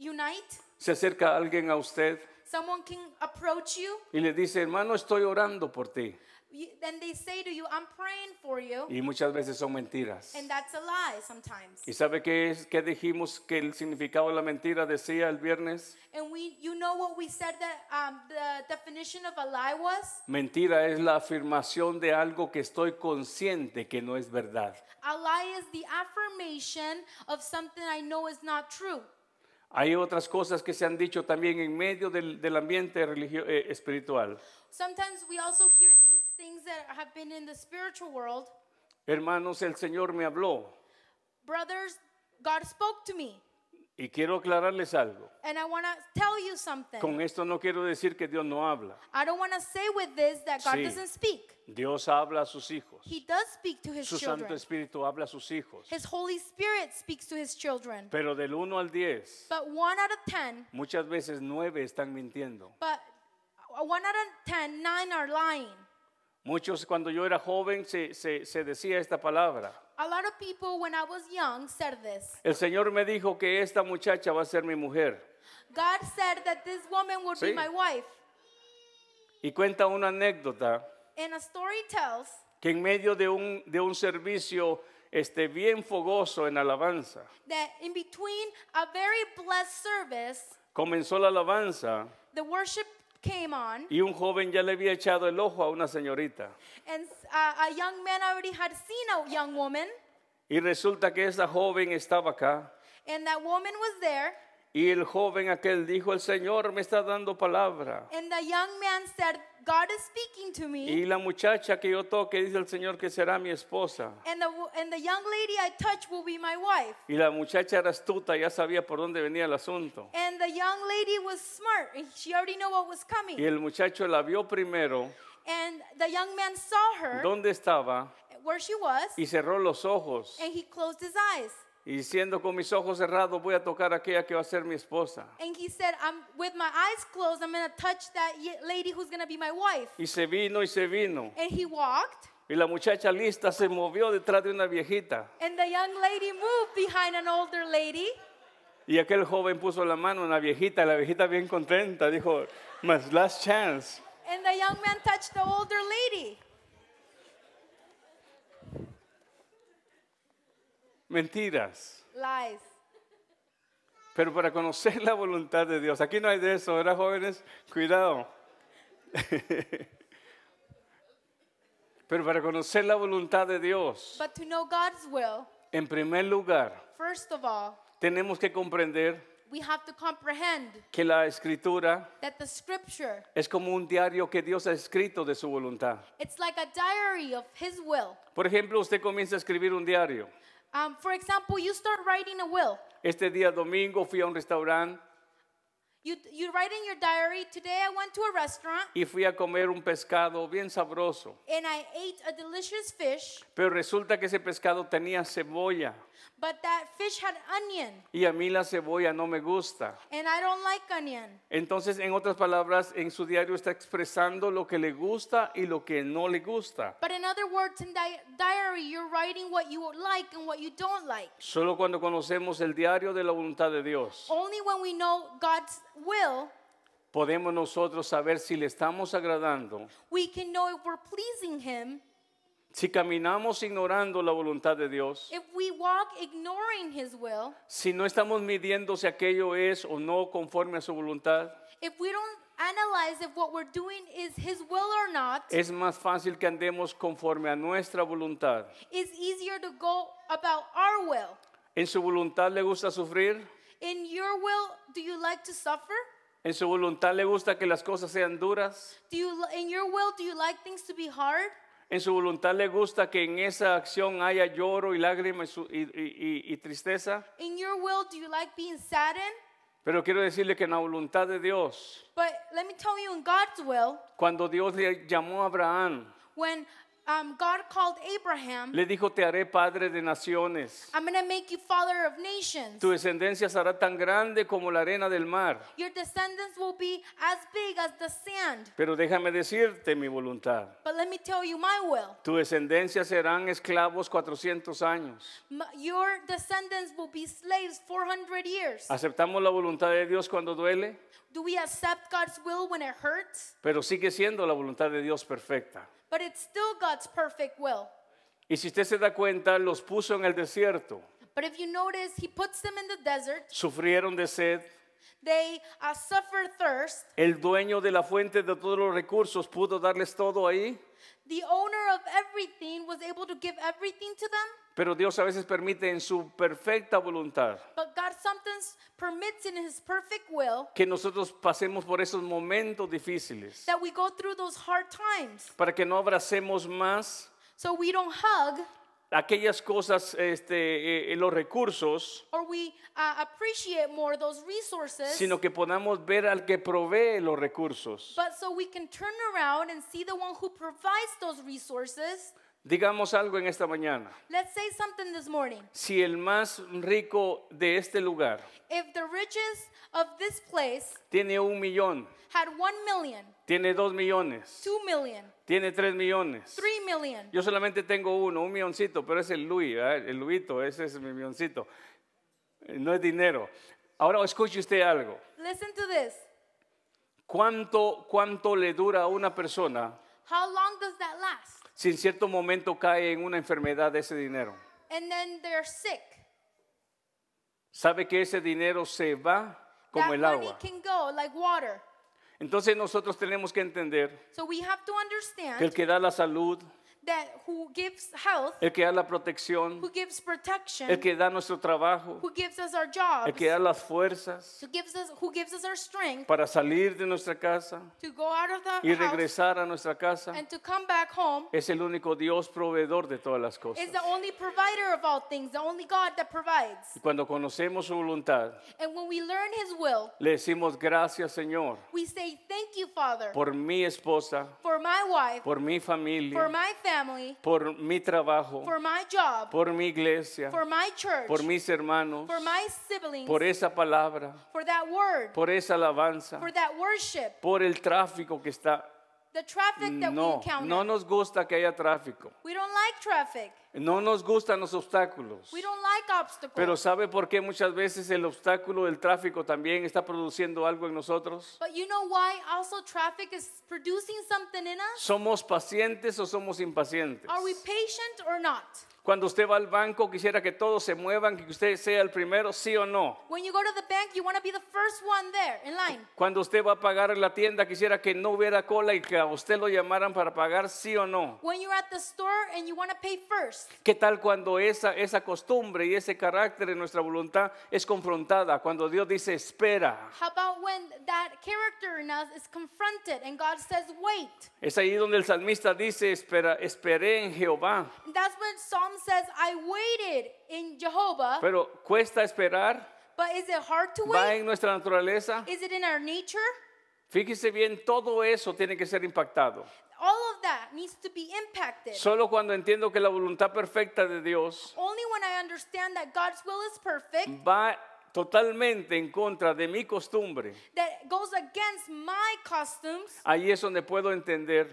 Speaker 3: reunite.
Speaker 2: Se acerca alguien a usted
Speaker 3: Someone can approach you,
Speaker 2: y le dice, hermano, estoy orando por ti.
Speaker 3: you- then they say to you, I'm praying for you.
Speaker 2: Y muchas veces son mentiras.
Speaker 3: And that's a lie sometimes.
Speaker 2: ¿Y sabe qué, es, qué dijimos que el significado de la mentira decía el viernes?
Speaker 3: And we, you know what we said that um, the definition of a lie was?
Speaker 2: Mentira es la afirmación de algo que estoy consciente que no es verdad.
Speaker 3: A lie is the affirmation of something I know is not true.
Speaker 2: Hay otras cosas que se han dicho también en medio del, del ambiente religio- eh, espiritual.
Speaker 3: Sometimes we also hear these things that have been in the spiritual world.
Speaker 2: Hermanos, el Señor me habló.
Speaker 3: Brothers, God spoke to me.
Speaker 2: Y quiero aclararles algo.
Speaker 3: And I want to tell you something.
Speaker 2: Con esto no quiero decir que Dios no habla.
Speaker 3: I don't want to say with this that God
Speaker 2: Sí.
Speaker 3: doesn't speak.
Speaker 2: Dios habla a sus hijos.
Speaker 3: He does speak to his
Speaker 2: Su Santo
Speaker 3: children.
Speaker 2: Espíritu habla a sus hijos.
Speaker 3: His Holy Spirit speaks to his children.
Speaker 2: Pero del 1 al 10,
Speaker 3: But one out of 10,
Speaker 2: muchas veces 9 están mintiendo.
Speaker 3: but uh, one out of 10, nine are lying.
Speaker 2: Muchos cuando yo era joven se, se- se decía esta palabra.
Speaker 3: A lot of people, when I was young, said this.
Speaker 2: El Señor me dijo que esta muchacha va a ser mi mujer.
Speaker 3: God said that this woman would
Speaker 2: Sí.
Speaker 3: be my wife.
Speaker 2: Y cuenta una anécdota
Speaker 3: And a story tells
Speaker 2: que en medio de un, de un servicio este, bien fogoso en alabanza,
Speaker 3: that in between a very blessed service,
Speaker 2: comenzó la alabanza
Speaker 3: the worship came on,
Speaker 2: y un joven ya le había echado el ojo a una señorita.
Speaker 3: and uh, a young man already had seen a young woman,
Speaker 2: Y resulta que esa joven estaba acá.
Speaker 3: and that woman was there,
Speaker 2: Y el joven aquel dijo, el Señor me está dando palabra.
Speaker 3: and the young man said, God is speaking to me.
Speaker 2: Y la muchacha que yo toque dice el Señor que será mi esposa.
Speaker 3: And the, wo- and the young lady I touch will be my wife.
Speaker 2: Y la muchacha era astuta, ya sabía por dónde venía el asunto.
Speaker 3: And the young lady was smart. and She already knew what was coming.
Speaker 2: Y el muchacho la vio primero,
Speaker 3: And the young man saw her
Speaker 2: dónde estaba,
Speaker 3: where she was,
Speaker 2: y cerró los ojos.
Speaker 3: and he closed his eyes.
Speaker 2: Y diciendo con mis ojos cerrados voy a tocar a aquella que va a ser mi esposa.
Speaker 3: And he said, "I'm with my eyes closed. I'm gonna touch that ye- lady who's gonna be my wife."
Speaker 2: Y se vino y se vino.
Speaker 3: And he walked,
Speaker 2: Y la muchacha lista se movió detrás de una viejita.
Speaker 3: and the young lady moved behind an older lady.
Speaker 2: Y aquel joven puso la mano en la viejita, y la viejita bien contenta, dijo, my last chance.
Speaker 3: And the young man touched the older lady.
Speaker 2: Mentiras.
Speaker 3: Lies.
Speaker 2: Pero para conocer la voluntad de Dios, aquí no hay de eso, ¿verdad, jóvenes? Cuidado. Pero para conocer la voluntad de Dios,
Speaker 3: But to know God's will,
Speaker 2: en primer lugar,
Speaker 3: first of all,
Speaker 2: tenemos que comprender
Speaker 3: we have to comprehend
Speaker 2: que la escritura
Speaker 3: that the scripture,
Speaker 2: es como un diario que Dios ha escrito de su voluntad.
Speaker 3: it's like a diary of his will.
Speaker 2: Por ejemplo, usted comienza a escribir un diario.
Speaker 3: Um, for example, you start writing a will.
Speaker 2: Este día domingo fui a un restaurante
Speaker 3: You, you write in your diary, today I went to a restaurant
Speaker 2: y fui a comer un pescado bien sabroso.
Speaker 3: and I ate a delicious fish,
Speaker 2: Pero resulta que ese pescado tenía cebolla
Speaker 3: but that fish had onion
Speaker 2: y a mí la cebolla no me gusta.
Speaker 3: and I don't like onion.
Speaker 2: Entonces, en otras palabras, en su diario está expresando lo que le gusta y lo que no le gusta.
Speaker 3: But in other words, in di- diary, you're writing what you like and what you don't like.
Speaker 2: Solo cuando conocemos el diario de la voluntad de Dios,
Speaker 3: Only when we know God's will,
Speaker 2: podemos nosotros saber si le estamos agradando,
Speaker 3: we can know if we're pleasing Him.
Speaker 2: si caminamos ignorando la voluntad de Dios,
Speaker 3: If we walk ignoring His will,
Speaker 2: si no estamos midiendo si aquello es o no conforme a su voluntad.
Speaker 3: if we don't analyze if what we're doing is His will or not,
Speaker 2: Es más fácil que andemos conforme a nuestra voluntad.
Speaker 3: it's easier to go about our will.
Speaker 2: ¿En su voluntad le gusta sufrir?
Speaker 3: In your will, do you like to suffer?
Speaker 2: ¿En su voluntad le gusta que las cosas sean duras?
Speaker 3: Do you li- in your will do you like things to be hard?
Speaker 2: ¿En su voluntad le gusta que en esa acción haya lloro y lágrimas y su- y, y- y- y tristeza?
Speaker 3: In your will do you like being saddened?
Speaker 2: Pero quiero decirle que en la voluntad de Dios,
Speaker 3: But let me tell you, in God's will,
Speaker 2: cuando Dios le llamó a Abraham,
Speaker 3: when um, God called Abraham,
Speaker 2: le dijo, te haré padre de naciones.
Speaker 3: I'm gonna make you father of nations.
Speaker 2: Tu descendencia será tan grande como la arena del mar.
Speaker 3: Your descendants will be as big as the sand.
Speaker 2: Pero déjame decirte mi voluntad.
Speaker 3: But let me tell you my will.
Speaker 2: Tu descendencia serán esclavos 400 años.
Speaker 3: M- Your descendants will be slaves 400 years.
Speaker 2: Aceptamos la voluntad de Dios cuando duele,
Speaker 3: Do we accept God's will when it hurts?
Speaker 2: pero sigue siendo la voluntad de Dios perfecta.
Speaker 3: But it's still God's perfect will.
Speaker 2: Y si usted se da cuenta, los puso en el desierto,
Speaker 3: But if you notice, he puts them in the desert.
Speaker 2: sufrieron de sed.
Speaker 3: They uh, suffer thirst.
Speaker 2: El dueño de la fuente de todos los recursos pudo darles todo ahí,
Speaker 3: The owner of everything was able to give everything to them,
Speaker 2: pero Dios a veces permite en su perfecta voluntad
Speaker 3: but God sometimes permits in his perfect will
Speaker 2: que nosotros pasemos por esos momentos difíciles
Speaker 3: that we go through those hard times.
Speaker 2: para que no abracemos más
Speaker 3: So we don't hug
Speaker 2: aquellas cosas, este, eh, eh, los recursos,
Speaker 3: or we uh, appreciate more those resources,
Speaker 2: sino que podamos ver al que provee los recursos.
Speaker 3: but so we can turn around and see the one who provides those resources.
Speaker 2: Digamos algo en esta mañana.
Speaker 3: Let's say something this morning.
Speaker 2: Si el más rico de este lugar
Speaker 3: If the riches of this place
Speaker 2: tiene un millón,
Speaker 3: had one million,
Speaker 2: tiene dos millones,
Speaker 3: two million,
Speaker 2: tiene tres millones.
Speaker 3: three million,
Speaker 2: Yo solamente tengo uno, un milloncito, pero es el Luis, ¿verdad? el Luito, ese es mi milloncito. No es dinero. Ahora escuche usted algo.
Speaker 3: listen to this.
Speaker 2: ¿Cuánto, cuánto le dura a una persona
Speaker 3: How long does that last?
Speaker 2: si en cierto momento cae en una enfermedad ese dinero?
Speaker 3: And then they're sick.
Speaker 2: Sabe que ese dinero se va
Speaker 3: that
Speaker 2: como el
Speaker 3: money
Speaker 2: agua.
Speaker 3: can go like water.
Speaker 2: Entonces nosotros tenemos que entender
Speaker 3: So we have to
Speaker 2: que el
Speaker 3: understand
Speaker 2: que da la salud,
Speaker 3: that who gives health,
Speaker 2: el que da la protección,
Speaker 3: who gives protection,
Speaker 2: el que da nuestro trabajo,
Speaker 3: who gives us our jobs,
Speaker 2: el que da las fuerzas
Speaker 3: who gives us who gives us our strength
Speaker 2: para salir de nuestra casa
Speaker 3: to go out of the
Speaker 2: y
Speaker 3: house
Speaker 2: regresar a nuestra casa,
Speaker 3: and to come back home
Speaker 2: es el único Dios proveedor de todas las cosas.
Speaker 3: is the only provider of all things, the only God that provides.
Speaker 2: Y cuando conocemos su voluntad,
Speaker 3: And when we learn his will,
Speaker 2: le decimos gracias Señor
Speaker 3: we say thank you, Father,
Speaker 2: por mi esposa,
Speaker 3: for my wife,
Speaker 2: por mi
Speaker 3: for
Speaker 2: familia,
Speaker 3: my family,
Speaker 2: por mi trabajo,
Speaker 3: for my job,
Speaker 2: por mi iglesia,
Speaker 3: for my church,
Speaker 2: por mis hermanos,
Speaker 3: for my siblings,
Speaker 2: por esa palabra,
Speaker 3: for that word,
Speaker 2: por esa alabanza,
Speaker 3: for that worship.
Speaker 2: por el tráfico que está.
Speaker 3: The traffic that we
Speaker 2: No,
Speaker 3: encounter.
Speaker 2: no nos gusta que haya tráfico.
Speaker 3: We don't like traffic.
Speaker 2: No nos gustan los obstáculos.
Speaker 3: We don't like
Speaker 2: Pero
Speaker 3: obstacles.
Speaker 2: ¿sabe por qué muchas veces el obstáculo del tráfico también está produciendo algo en nosotros?
Speaker 3: But you know why also traffic is producing something in us?
Speaker 2: ¿Somos pacientes o somos impacientes?
Speaker 3: Are we patient or not?
Speaker 2: Cuando usted va al banco, quisiera que todos se muevan, que usted sea el primero, sí o no.
Speaker 3: When you go to the bank, you want to be the first one there in line.
Speaker 2: Cuando usted va a pagar en la tienda, quisiera que no hubiera cola y que a usted lo llamaran para pagar, sí o no.
Speaker 3: When you're at the store and you want to pay first.
Speaker 2: ¿Qué tal cuando esa, esa costumbre y ese carácter en nuestra voluntad es confrontada? Cuando Dios dice, espera.
Speaker 3: How about when that character in us is confronted and God says, wait?
Speaker 2: Es ahí donde el salmista dice, espera, esperé en Jehová.
Speaker 3: And that's when Psalm says, I waited in Jehovah.
Speaker 2: Pero cuesta esperar,
Speaker 3: But is it hard to
Speaker 2: va
Speaker 3: wait?
Speaker 2: en nuestra naturaleza.
Speaker 3: Is it in our nature?
Speaker 2: Fíjese bien, todo eso tiene que ser impactado.
Speaker 3: All of that needs to be impacted.
Speaker 2: Solo cuando entiendo que la voluntad perfecta de Dios
Speaker 3: Only when I understand that God's will is perfect,
Speaker 2: va totalmente en contra de mi costumbre,
Speaker 3: that goes against my customs,
Speaker 2: ahí es donde puedo entender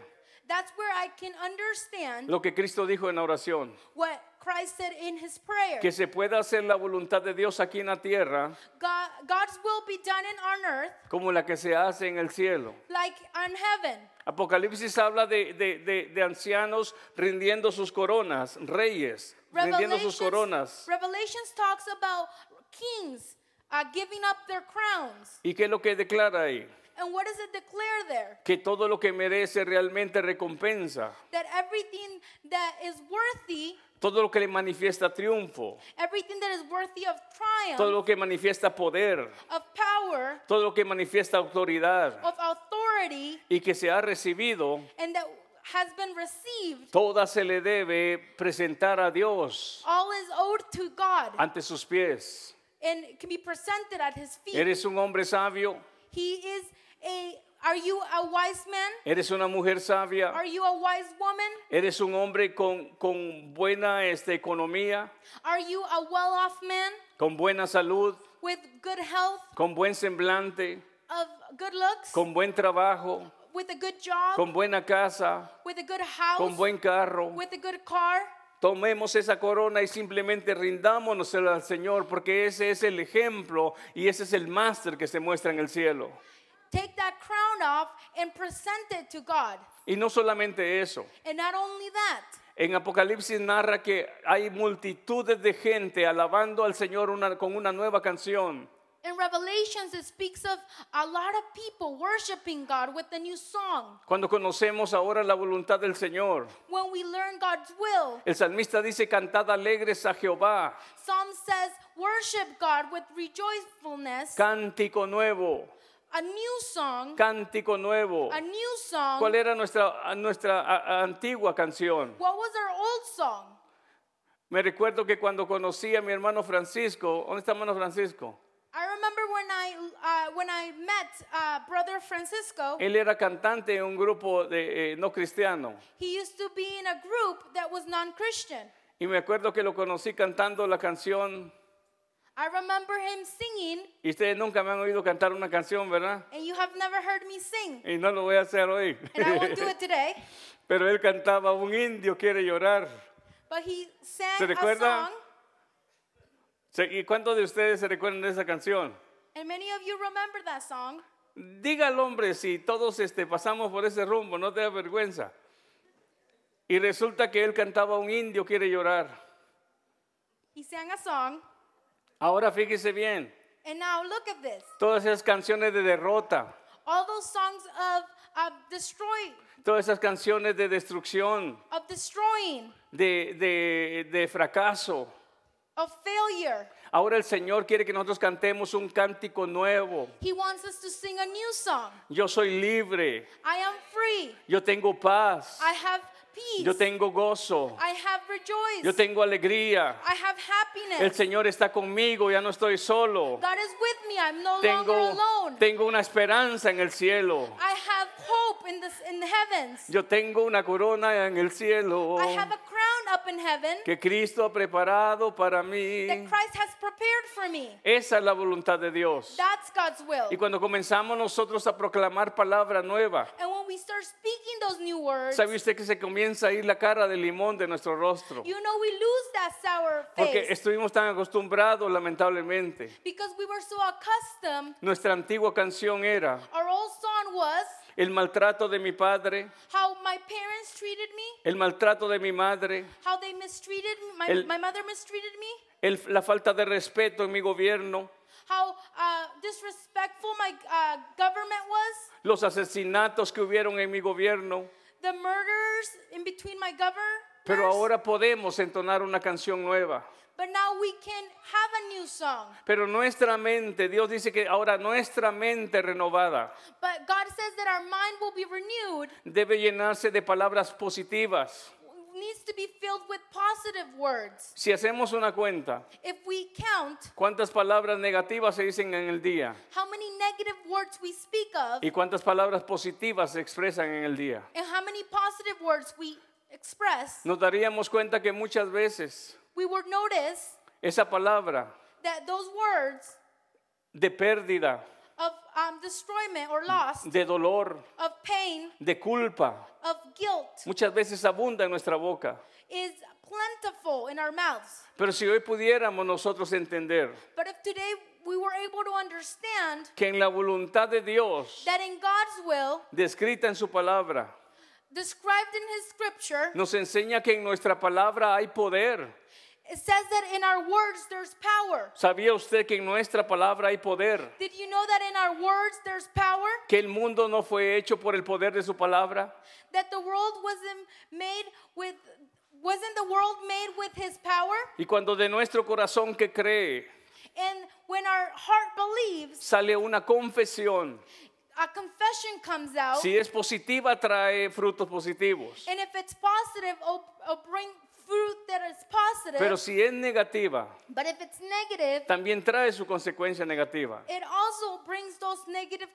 Speaker 3: that's where I can understand
Speaker 2: lo que Cristo dijo en la oración,
Speaker 3: what Christ said in his prayer.
Speaker 2: que se pueda hacer la voluntad de Dios aquí en la tierra
Speaker 3: God, God's will be done in on earth
Speaker 2: como la que se hace en el cielo.
Speaker 3: like on heaven.
Speaker 2: Apocalipsis habla de, de- de- de ancianos rindiendo sus coronas, reyes rindiendo sus coronas.
Speaker 3: Revelations talks about kings uh, giving up their crowns.
Speaker 2: ¿Y qué es lo que declara ahí?
Speaker 3: And what does it declare there?
Speaker 2: Que todo lo que merece realmente recompensa,
Speaker 3: That everything that is worthy,
Speaker 2: todo lo que le manifiesta triunfo,
Speaker 3: everything that is worthy of triumph,
Speaker 2: todo lo que manifiesta poder,
Speaker 3: of power,
Speaker 2: todo lo que manifiesta autoridad.
Speaker 3: of authority,
Speaker 2: y que se ha recibido,
Speaker 3: and that has been received,
Speaker 2: toda se le debe presentar a Dios
Speaker 3: all is owed to God
Speaker 2: ante sus pies.
Speaker 3: and can be presented at His feet.
Speaker 2: Eres un hombre sabio,
Speaker 3: He is a. Are you a wise man?
Speaker 2: eres una mujer sabia,
Speaker 3: Are you a wise woman?
Speaker 2: eres un hombre con, con buena este, economía,
Speaker 3: Are you a well off man
Speaker 2: con buena salud,
Speaker 3: with good health,
Speaker 2: con buen semblante,
Speaker 3: of good looks,
Speaker 2: con buen trabajo,
Speaker 3: with a good job,
Speaker 2: con buena casa,
Speaker 3: with a good house,
Speaker 2: con buen carro.
Speaker 3: with a good car?
Speaker 2: Tomemos esa corona y simplemente rindámonos al Señor porque ese es el ejemplo y ese es el máster que se muestra en el cielo.
Speaker 3: Take that crown off and present it to God.
Speaker 2: Y no solamente eso,
Speaker 3: And not only that,
Speaker 2: En Apocalipsis narra que hay multitudes de gente alabando al Señor una- con una nueva canción.
Speaker 3: In Revelations, it speaks of a lot of people worshiping God with a new song.
Speaker 2: Cuando conocemos ahora la voluntad del Señor,
Speaker 3: When we learn God's will,
Speaker 2: el salmista dice, cantad alegres a Jehová,
Speaker 3: Psalm says, worship God with rejoicefulness,
Speaker 2: cántico nuevo,
Speaker 3: a new song,
Speaker 2: cántico nuevo.
Speaker 3: a new song.
Speaker 2: ¿Cuál era nuestra, nuestra a- a- antigua canción?
Speaker 3: What was our old song?
Speaker 2: Me recuerdo que cuando conocí a mi hermano Francisco, ¿dónde está hermano Francisco?
Speaker 3: I remember when I, uh, when I met uh, Brother Francisco,
Speaker 2: Él era cantante en un grupo de, eh, no cristiano.
Speaker 3: he used to be in a group that was non Christian.
Speaker 2: Y me acuerdo que lo conocí cantando la canción.
Speaker 3: I remember him singing,
Speaker 2: Y ustedes nunca me han oído cantar una canción, ¿verdad?
Speaker 3: and you have never heard me sing.
Speaker 2: Y no lo voy a hacer hoy.
Speaker 3: And I won't do it today,
Speaker 2: Pero él cantaba, un indio quiere llorar.
Speaker 3: but he
Speaker 2: ¿Se
Speaker 3: sang a
Speaker 2: recuerda?
Speaker 3: song,
Speaker 2: Se- ¿Y cuántos de ustedes se recuerdan de esa canción?
Speaker 3: and many of you remember that song.
Speaker 2: Diga al hombre si todos este, pasamos por ese rumbo, no te da vergüenza. Y resulta que él cantaba, un indio quiere llorar.
Speaker 3: He sang a song,
Speaker 2: Ahora fíjese bien,
Speaker 3: and now look at this.
Speaker 2: todas esas canciones de derrota,
Speaker 3: All those songs of, of destroy,
Speaker 2: todas esas canciones de destrucción,
Speaker 3: of destroying,
Speaker 2: de, de- de fracaso.
Speaker 3: of failure.
Speaker 2: Ahora el Señor quiere que nosotros cantemos un cántico nuevo.
Speaker 3: He wants us to sing a new song.
Speaker 2: Yo soy libre,
Speaker 3: I am free.
Speaker 2: yo tengo paz,
Speaker 3: I have peace.
Speaker 2: yo tengo gozo,
Speaker 3: I have rejoiced.
Speaker 2: yo tengo alegría.
Speaker 3: I have
Speaker 2: El
Speaker 3: happiness.
Speaker 2: Señor está conmigo, ya no estoy solo.
Speaker 3: God is with me. I'm no longer
Speaker 2: Tengo,
Speaker 3: alone.
Speaker 2: tengo una esperanza en el cielo.
Speaker 3: I have hope in the, in the heavens.
Speaker 2: Yo tengo una corona en el cielo
Speaker 3: I have a crown up in heaven
Speaker 2: que Cristo ha preparado para
Speaker 3: that
Speaker 2: mí.
Speaker 3: Christ has prepared for me.
Speaker 2: Esa es la voluntad de Dios.
Speaker 3: That's God's will.
Speaker 2: Y cuando comenzamos nosotros a proclamar palabra nueva,
Speaker 3: And when we start speaking those new words,
Speaker 2: ¿sabe usted que se comienza a ir la cara de limón de nuestro rostro?
Speaker 3: you know we lose that sour
Speaker 2: Porque
Speaker 3: face
Speaker 2: estuvimos tan acostumbrados, lamentablemente.
Speaker 3: because we were so accustomed.
Speaker 2: Nuestra antigua canción era
Speaker 3: Our old song was
Speaker 2: el maltrato de mi padre,
Speaker 3: how my parents treated me,
Speaker 2: el maltrato de mi madre,
Speaker 3: how they mistreated me, my,
Speaker 2: El-
Speaker 3: my mother mistreated me,
Speaker 2: el- la falta de respeto en mi gobierno,
Speaker 3: how uh, disrespectful my uh, government was.
Speaker 2: los asesinatos que hubieron en mi gobierno.
Speaker 3: the murders in between my governors.
Speaker 2: Pero ahora podemos entonar una canción nueva.
Speaker 3: but now we can have a new song.
Speaker 2: Pero nuestra mente, Dios dice que ahora nuestra mente renovada
Speaker 3: But God says that our mind will be renewed,
Speaker 2: debe llenarse de palabras positivas.
Speaker 3: needs to be filled with positive words.
Speaker 2: Si hacemos una cuenta,
Speaker 3: If we count
Speaker 2: ¿cuántas palabras negativas se dicen en el día?
Speaker 3: how many negative words we speak of
Speaker 2: ¿Y cuántas palabras positivas se expresan en el día?
Speaker 3: and how many positive words we express,
Speaker 2: Nos daríamos cuenta que muchas veces
Speaker 3: we would notice
Speaker 2: esa palabra
Speaker 3: that those words
Speaker 2: de pérdida,
Speaker 3: of um, destroyment or loss,
Speaker 2: de dolor,
Speaker 3: of pain,
Speaker 2: de culpa,
Speaker 3: of guilt
Speaker 2: muchas veces abunda en nuestra boca.
Speaker 3: is plentiful in our mouths.
Speaker 2: Pero si hoy pudiéramos nosotros entender
Speaker 3: But if today we were able to understand
Speaker 2: que en la voluntad de Dios,
Speaker 3: that in God's will,
Speaker 2: descrita en su palabra,
Speaker 3: described in His scripture,
Speaker 2: nos enseña que en nuestra palabra hay poder.
Speaker 3: it says that in our words there's power.
Speaker 2: ¿Sabía usted que en nuestra palabra hay poder?
Speaker 3: Did you know that in our words there's power?
Speaker 2: Que el mundo no fue hecho por el poder de su palabra,
Speaker 3: That the world wasn't made with wasn't the world made with his power?
Speaker 2: Y cuando de nuestro corazón que cree
Speaker 3: And when our heart believes,
Speaker 2: sale una confesión,
Speaker 3: a confession comes out.
Speaker 2: si es positiva trae frutos positivos,
Speaker 3: And if it's positive, it'll, it'll bring fruit that is positive.
Speaker 2: pero si es negativa,
Speaker 3: but if it's negative,
Speaker 2: también trae su consecuencia negativa.
Speaker 3: it also brings those negative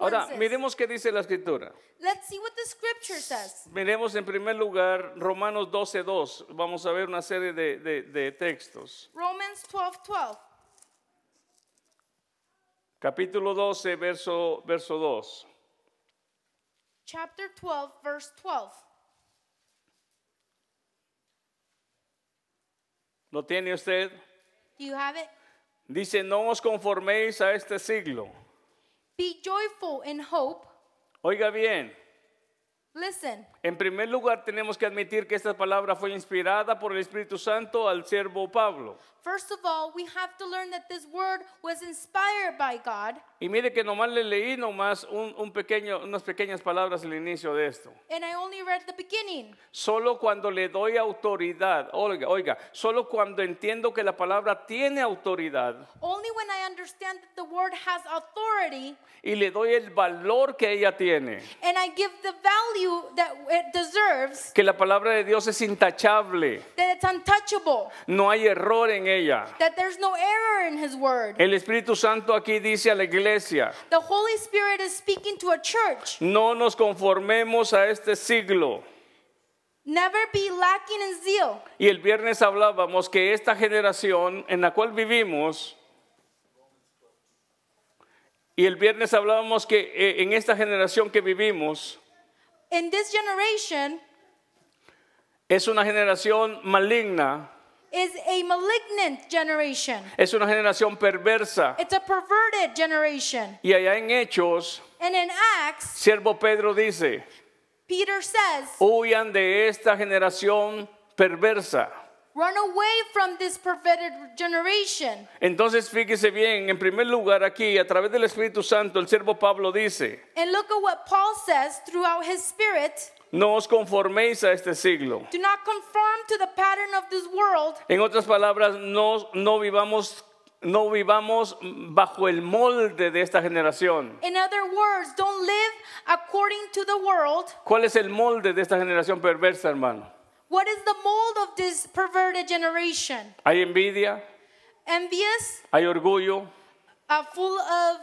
Speaker 2: Ahora,
Speaker 3: consequences.
Speaker 2: miremos qué dice la escritura.
Speaker 3: Let's see what the scripture says.
Speaker 2: Miremos en primer lugar Romanos 12.2. Vamos a ver una serie de, de- de textos.
Speaker 3: Romans 12 12.
Speaker 2: Capítulo 12, verso, verso 2.
Speaker 3: Chapter 12, verse 12.
Speaker 2: ¿Lo tiene usted?
Speaker 3: Do you have it?
Speaker 2: Dice, no os conforméis a este siglo.
Speaker 3: Be joyful in hope.
Speaker 2: Oiga bien,
Speaker 3: Listen.
Speaker 2: En primer lugar, tenemos que admitir que esta palabra fue inspirada por el Espíritu Santo al siervo Pablo.
Speaker 3: First of all, we have to learn that this word was inspired by God.
Speaker 2: Y mire que nomás le leí nomás un, un pequeño, unas pequeñas palabras al inicio de esto.
Speaker 3: And I only read the beginning.
Speaker 2: Solo cuando le doy autoridad, oiga, oiga, solo cuando entiendo que la palabra tiene autoridad
Speaker 3: Only when I understand that the word has authority
Speaker 2: y le doy el valor que ella tiene,
Speaker 3: and I give the value that it deserves,
Speaker 2: que la palabra de Dios es intachable,
Speaker 3: that it's untouchable,
Speaker 2: no hay error en ella.
Speaker 3: that there's no error in His Word.
Speaker 2: El Espíritu Santo aquí dice a la iglesia,
Speaker 3: The Holy Spirit is speaking to a church.
Speaker 2: no nos conformemos a este siglo.
Speaker 3: Never be lacking in zeal.
Speaker 2: Y el viernes hablábamos que esta generación en la cual vivimos, y el viernes hablábamos que eh, en esta generación que vivimos
Speaker 3: In this generation
Speaker 2: es una generación maligna,
Speaker 3: is a malignant generation.
Speaker 2: es una generación perversa.
Speaker 3: It's a perverted generation.
Speaker 2: Y allá en Hechos,
Speaker 3: And in Acts,
Speaker 2: siervo Pedro dice,
Speaker 3: Peter says,
Speaker 2: huyan de esta generación perversa.
Speaker 3: Run away from this perverted generation.
Speaker 2: Entonces fíjese bien, en primer lugar aquí, a través del Espíritu Santo, el siervo Pablo dice,
Speaker 3: And look at what Paul says throughout his spirit
Speaker 2: no os conforméis a este siglo.
Speaker 3: do not conform to the pattern of this world.
Speaker 2: En otras palabras, no, no vivamos, no vivamos bajo el molde de esta generación.
Speaker 3: In other words, don't live according to the world.
Speaker 2: ¿Cuál es el molde de esta generación perversa, hermano?
Speaker 3: What is the mold of this perverted generation?
Speaker 2: Hay envidia,
Speaker 3: Envious,
Speaker 2: hay orgullo,
Speaker 3: uh, full of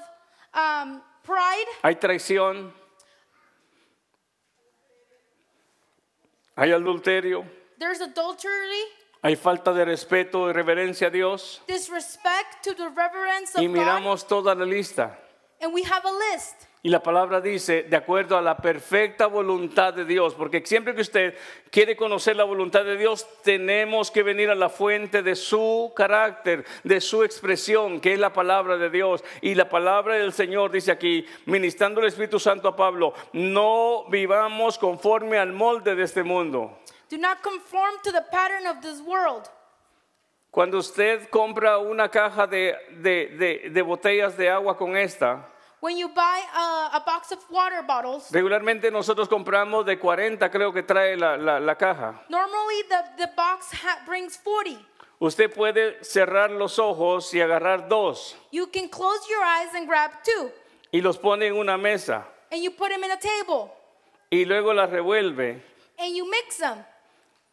Speaker 3: um, pride,
Speaker 2: hay traición, hay adulterio,
Speaker 3: there's adultery,
Speaker 2: hay falta de respeto y reverencia a Dios.
Speaker 3: disrespect to the reverence
Speaker 2: Y
Speaker 3: of God.
Speaker 2: miramos toda la lista.
Speaker 3: And we have a list.
Speaker 2: Y la palabra dice, de acuerdo a la perfecta voluntad de Dios, porque siempre que usted quiere conocer la voluntad de Dios, tenemos que venir a la fuente de su carácter, de su expresión, que es la palabra de Dios. Y la palabra del Señor dice aquí, ministrando el Espíritu Santo a Pablo, no vivamos conforme al molde de este mundo.
Speaker 3: Do not conform to the pattern of this world.
Speaker 2: Cuando usted compra una caja de, de- de- de botellas de agua con esta,
Speaker 3: When you buy a, a box of water bottles,
Speaker 2: regularmente nosotros compramos de 40, creo que trae la- la- la caja.
Speaker 3: normally the, the box ha- brings 40.
Speaker 2: Usted puede cerrar los ojos y agarrar dos
Speaker 3: You can close your eyes and grab two,
Speaker 2: y los pone en una mesa
Speaker 3: and you put them in a table,
Speaker 2: y luego las revuelve
Speaker 3: and you mix them.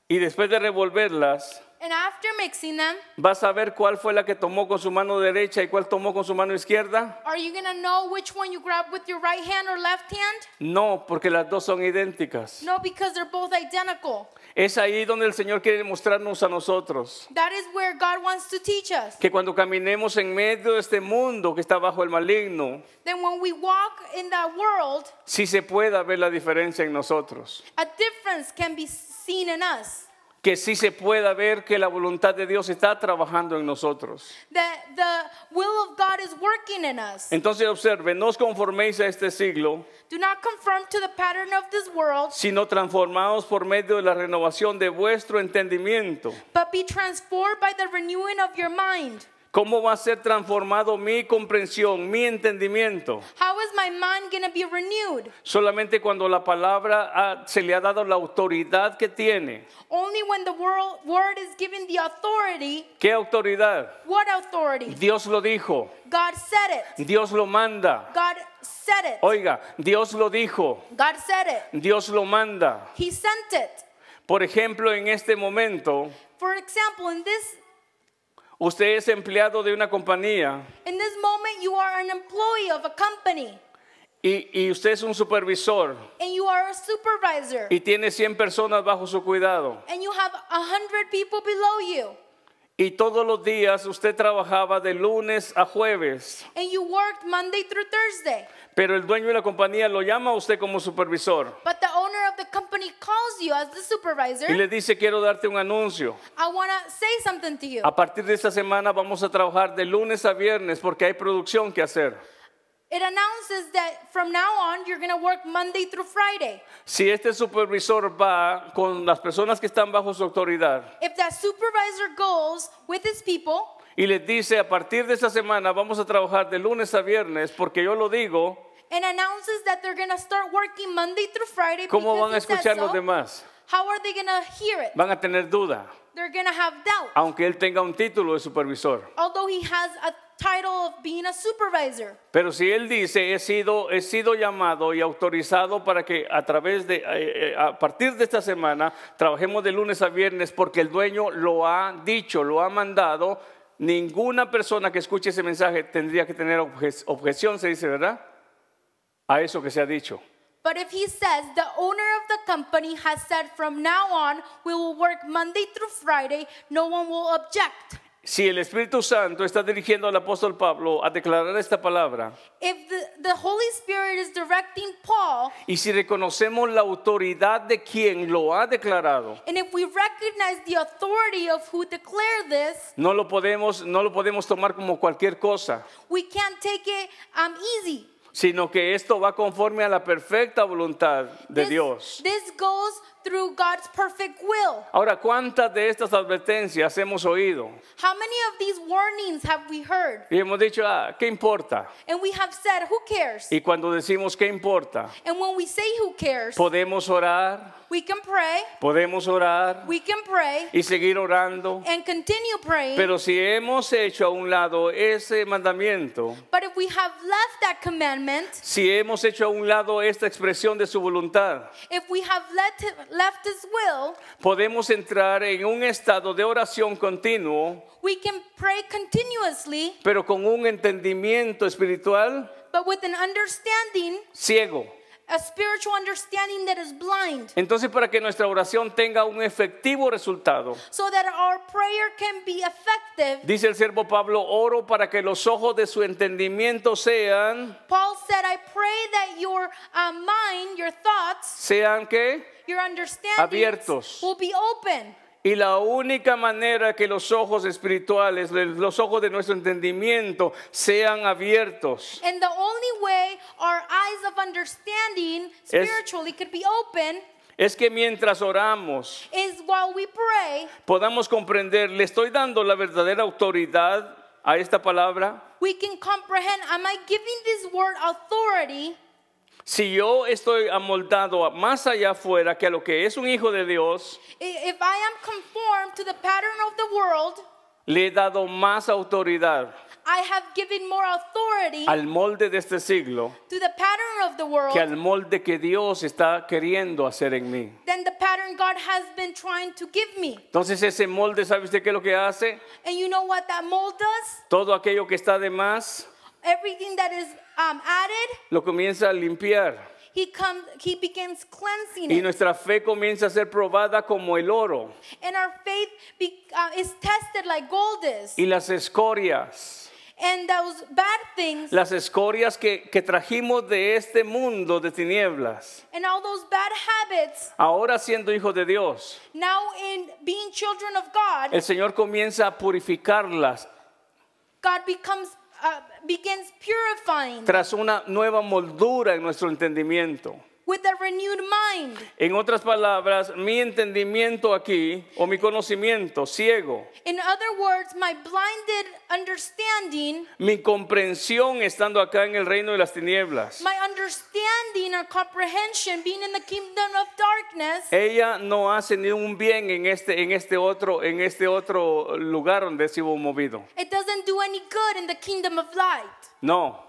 Speaker 2: y después de revolverlas
Speaker 3: And after mixing them,
Speaker 2: vas a ver cuál fue la que tomó con su mano derecha y cuál tomó con su mano izquierda.
Speaker 3: are you gonna know which one you grab with your right hand or left hand?
Speaker 2: No, porque las dos son idénticas.
Speaker 3: No, because they're both identical.
Speaker 2: Es ahí donde el Señor quiere mostrarnos a nosotros
Speaker 3: That is where God wants to teach us.
Speaker 2: que cuando caminemos en medio de este mundo que está bajo el maligno,
Speaker 3: Then when we walk in that world,
Speaker 2: sí se pueda ver la diferencia en nosotros.
Speaker 3: a difference can be seen in us.
Speaker 2: Que sí se pueda ver que la voluntad de Dios está trabajando en nosotros.
Speaker 3: that the will of God is working in us.
Speaker 2: Entonces observe, no os conforméis a este siglo,
Speaker 3: Do not conform to the pattern of this world,
Speaker 2: sino transformaos por medio de la renovación de vuestro entendimiento.
Speaker 3: but be transformed by the renewing of your mind.
Speaker 2: ¿Cómo va a ser transformado mi comprensión, mi entendimiento?
Speaker 3: How is my mind going to be renewed?
Speaker 2: Solamente cuando la palabra ha- se le ha dado la autoridad que tiene.
Speaker 3: Only when the world, word is given the authority.
Speaker 2: ¿Qué autoridad?
Speaker 3: What authority?
Speaker 2: Dios lo dijo,
Speaker 3: God said it.
Speaker 2: Dios lo manda.
Speaker 3: God said it.
Speaker 2: Oiga, Dios lo dijo,
Speaker 3: God said it.
Speaker 2: Dios lo manda.
Speaker 3: He sent it.
Speaker 2: Por ejemplo, en este momento,
Speaker 3: For example, in this
Speaker 2: usted es empleado de una compañía
Speaker 3: in this moment you are an employee of a company
Speaker 2: y- y usted es un supervisor.
Speaker 3: and you are a supervisor
Speaker 2: y tiene 100 personas bajo su cuidado.
Speaker 3: and you have a hundred people below you.
Speaker 2: Y todos los días usted trabajaba de lunes a jueves,
Speaker 3: and you worked Monday through Thursday.
Speaker 2: pero el dueño de la compañía lo llama a usted como supervisor
Speaker 3: But the owner of the company calls you as the supervisor.
Speaker 2: y le dice, quiero darte un anuncio.
Speaker 3: I want to say something to you.
Speaker 2: A partir de esta semana vamos a trabajar de lunes a viernes porque hay producción que hacer.
Speaker 3: It announces that from now on you're going to work Monday through Friday.
Speaker 2: Si este supervisor va con las personas que están bajo su autoridad
Speaker 3: If that supervisor goes with his people
Speaker 2: y les dice, a partir de esta semana vamos a trabajar de lunes a viernes porque yo lo digo,
Speaker 3: and announces that they're going to start working Monday through Friday
Speaker 2: ¿cómo
Speaker 3: because
Speaker 2: van a
Speaker 3: he said
Speaker 2: escuchar los
Speaker 3: so,
Speaker 2: demás?
Speaker 3: How are they going to hear it?
Speaker 2: Van a tener duda,
Speaker 3: They're going to have doubt.
Speaker 2: aunque él tenga un título de supervisor.
Speaker 3: Although he has a title of being a supervisor.
Speaker 2: Pero si él dice, he sido, he sido llamado y autorizado para que a través de, eh, eh, a partir de esta semana, trabajemos de lunes a viernes porque el dueño lo ha dicho, lo ha mandado, ninguna persona que escuche ese mensaje tendría que tener obje- objeción, se dice, ¿verdad? A eso que se ha dicho.
Speaker 3: But if he says, the owner of the company has said, from now on, we will work Monday through Friday, no one will object.
Speaker 2: Si el Espíritu Santo está dirigiendo al apóstol Pablo a declarar esta palabra,
Speaker 3: If the, the Holy Spirit is directing Paul,
Speaker 2: y si reconocemos la autoridad de quien lo ha declarado,
Speaker 3: and if we recognize the authority of who declared this,
Speaker 2: no lo podemos, no lo podemos tomar como cualquier cosa.
Speaker 3: we can't take it um, easy.
Speaker 2: sino que esto va conforme a la perfecta voluntad de
Speaker 3: this,
Speaker 2: Dios.
Speaker 3: This goes through God's perfect will.
Speaker 2: Ahora, ¿cuántas de estas advertencias hemos oído?
Speaker 3: How many of these warnings have we heard?
Speaker 2: Y hemos dicho, ah, ¿qué importa?
Speaker 3: And we have said, who cares?
Speaker 2: Y cuando decimos, ¿qué importa?
Speaker 3: And when we say who cares,
Speaker 2: Podemos orar,
Speaker 3: we can pray,
Speaker 2: podemos orar
Speaker 3: we can pray,
Speaker 2: y seguir orando.
Speaker 3: and continue praying.
Speaker 2: Pero si hemos hecho a un lado ese mandamiento,
Speaker 3: but if we have left that commandment,
Speaker 2: si hemos hecho a un lado esta expresión de su voluntad,
Speaker 3: if we have let, left His will,
Speaker 2: podemos entrar en un estado de oración continuo,
Speaker 3: we can pray continuously,
Speaker 2: pero con un entendimiento espiritual
Speaker 3: but with an understanding,
Speaker 2: ciego.
Speaker 3: a spiritual understanding that is blind,
Speaker 2: Entonces, para que nuestra oración tenga un efectivo resultado,
Speaker 3: so that our prayer can be effective.
Speaker 2: dice el siervo Pablo, oro para que los ojos de su entendimiento sean,
Speaker 3: Paul said, I pray that your uh, mind, your thoughts,
Speaker 2: sean que,
Speaker 3: your understanding
Speaker 2: Abiertos.
Speaker 3: will be open.
Speaker 2: y la única manera que los ojos espirituales, de- los ojos de nuestro entendimiento sean abiertos,
Speaker 3: And the only way our eyes of understanding
Speaker 2: Es-
Speaker 3: spiritually could be open
Speaker 2: es que mientras oramos
Speaker 3: is while we pray,
Speaker 2: podamos comprender, le estoy dando la verdadera autoridad a esta palabra.
Speaker 3: we can comprehend am I giving this word authority?
Speaker 2: Si yo estoy amoldado a- más allá afuera que a lo que es un hijo de Dios,
Speaker 3: I- If I am conformed to the pattern of the world,
Speaker 2: le he dado más autoridad.
Speaker 3: I have given more authority
Speaker 2: al molde de este siglo
Speaker 3: to the pattern of the
Speaker 2: que al
Speaker 3: world
Speaker 2: molde que Dios está queriendo hacer en mí.
Speaker 3: than the pattern God has been trying to give me.
Speaker 2: Entonces ese molde, ¿sabe usted qué es lo que hace?
Speaker 3: And you know what that mold does?
Speaker 2: Todo aquello que está de más
Speaker 3: Everything that is um, added,
Speaker 2: lo comienza a limpiar
Speaker 3: he comes, he begins cleansing
Speaker 2: y
Speaker 3: it.
Speaker 2: nuestra fe comienza a ser probada como el oro
Speaker 3: And our faith be, uh, is tested like gold is.
Speaker 2: y las escorias,
Speaker 3: And those bad things
Speaker 2: las escorias que, que trajimos de este mundo de tinieblas,
Speaker 3: and all those bad habits,
Speaker 2: ahora siendo hijos de Dios,
Speaker 3: now in being children of God,
Speaker 2: el Señor comienza a purificarlas
Speaker 3: God becomes uh, begins purifying
Speaker 2: tras una nueva moldura en nuestro entendimiento.
Speaker 3: with a renewed mind.
Speaker 2: En otras palabras, mi entendimiento aquí, o mi conocimiento ciego,
Speaker 3: In other words, my blinded understanding,
Speaker 2: mi comprensión estando acá en el reino de las tinieblas,
Speaker 3: my understanding or comprehension being in the kingdom of darkness,
Speaker 2: ella no hace ni un bien en este, en este, otro, en este otro lugar donde se hubo movido.
Speaker 3: it doesn't do any good in the kingdom of light.
Speaker 2: No.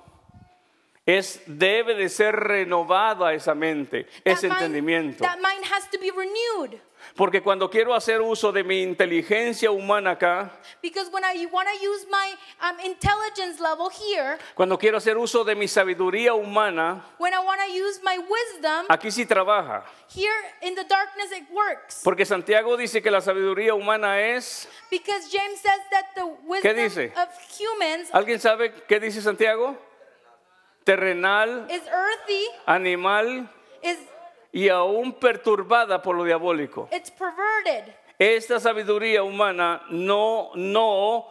Speaker 2: Es, debe de ser renovada esa mente, ese
Speaker 3: That mind-
Speaker 2: entendimiento.
Speaker 3: that mind has to be renewed.
Speaker 2: Porque cuando quiero hacer uso de mi inteligencia humana acá,
Speaker 3: Because when I want to use my um, intelligence level here,
Speaker 2: cuando quiero hacer uso de mi sabiduría humana,
Speaker 3: when I want to use my wisdom,
Speaker 2: aquí sí trabaja.
Speaker 3: here in the darkness it works.
Speaker 2: Porque Santiago dice que la sabiduría humana es.
Speaker 3: Because James says that the wisdom
Speaker 2: dice?
Speaker 3: of humans
Speaker 2: ¿Alguien sabe qué dice Santiago? Terrenal,
Speaker 3: is earthy,
Speaker 2: animal
Speaker 3: is
Speaker 2: y aún perturbada por lo diabólico.
Speaker 3: it's perverted.
Speaker 2: Esta sabiduría humana no, no,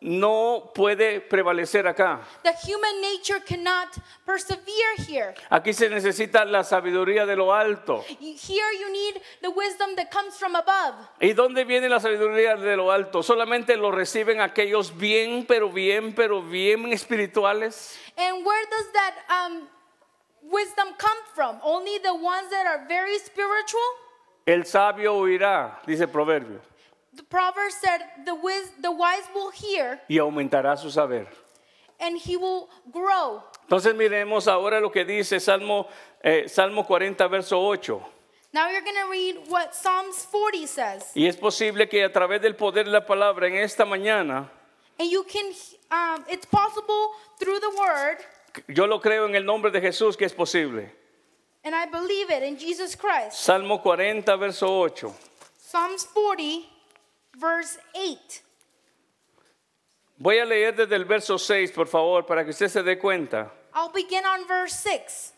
Speaker 2: no puede prevalecer acá.
Speaker 3: The human nature cannot persevere here.
Speaker 2: Aquí se necesita la sabiduría de lo alto.
Speaker 3: You- Here you need the wisdom that comes from above.
Speaker 2: ¿Y dónde viene la sabiduría de lo alto? Solamente lo reciben aquellos bien, pero bien, pero bien espirituales.
Speaker 3: And where does that um, wisdom come from? Only the ones that are very spiritual?
Speaker 2: El sabio oirá, dice el proverbio,
Speaker 3: The proverb said, the, wis- the wise will hear
Speaker 2: y aumentará su saber.
Speaker 3: and he will grow.
Speaker 2: Entonces miremos ahora lo que dice Salmo, eh, Salmo 40, verso 8.
Speaker 3: Now you're going to read what Psalms 40 says.
Speaker 2: Y es posible que a través del poder de la palabra en esta mañana,
Speaker 3: And you can, um, it's possible through the word,
Speaker 2: yo lo creo en el nombre de Jesús que es posible.
Speaker 3: and I believe it in Jesus Christ.
Speaker 2: Salmo 40, verso 8.
Speaker 3: Psalms 40, verse 8.
Speaker 2: Voy a leer desde el verso 6, por favor, para que usted se dé cuenta.
Speaker 3: I'll begin on verse 6.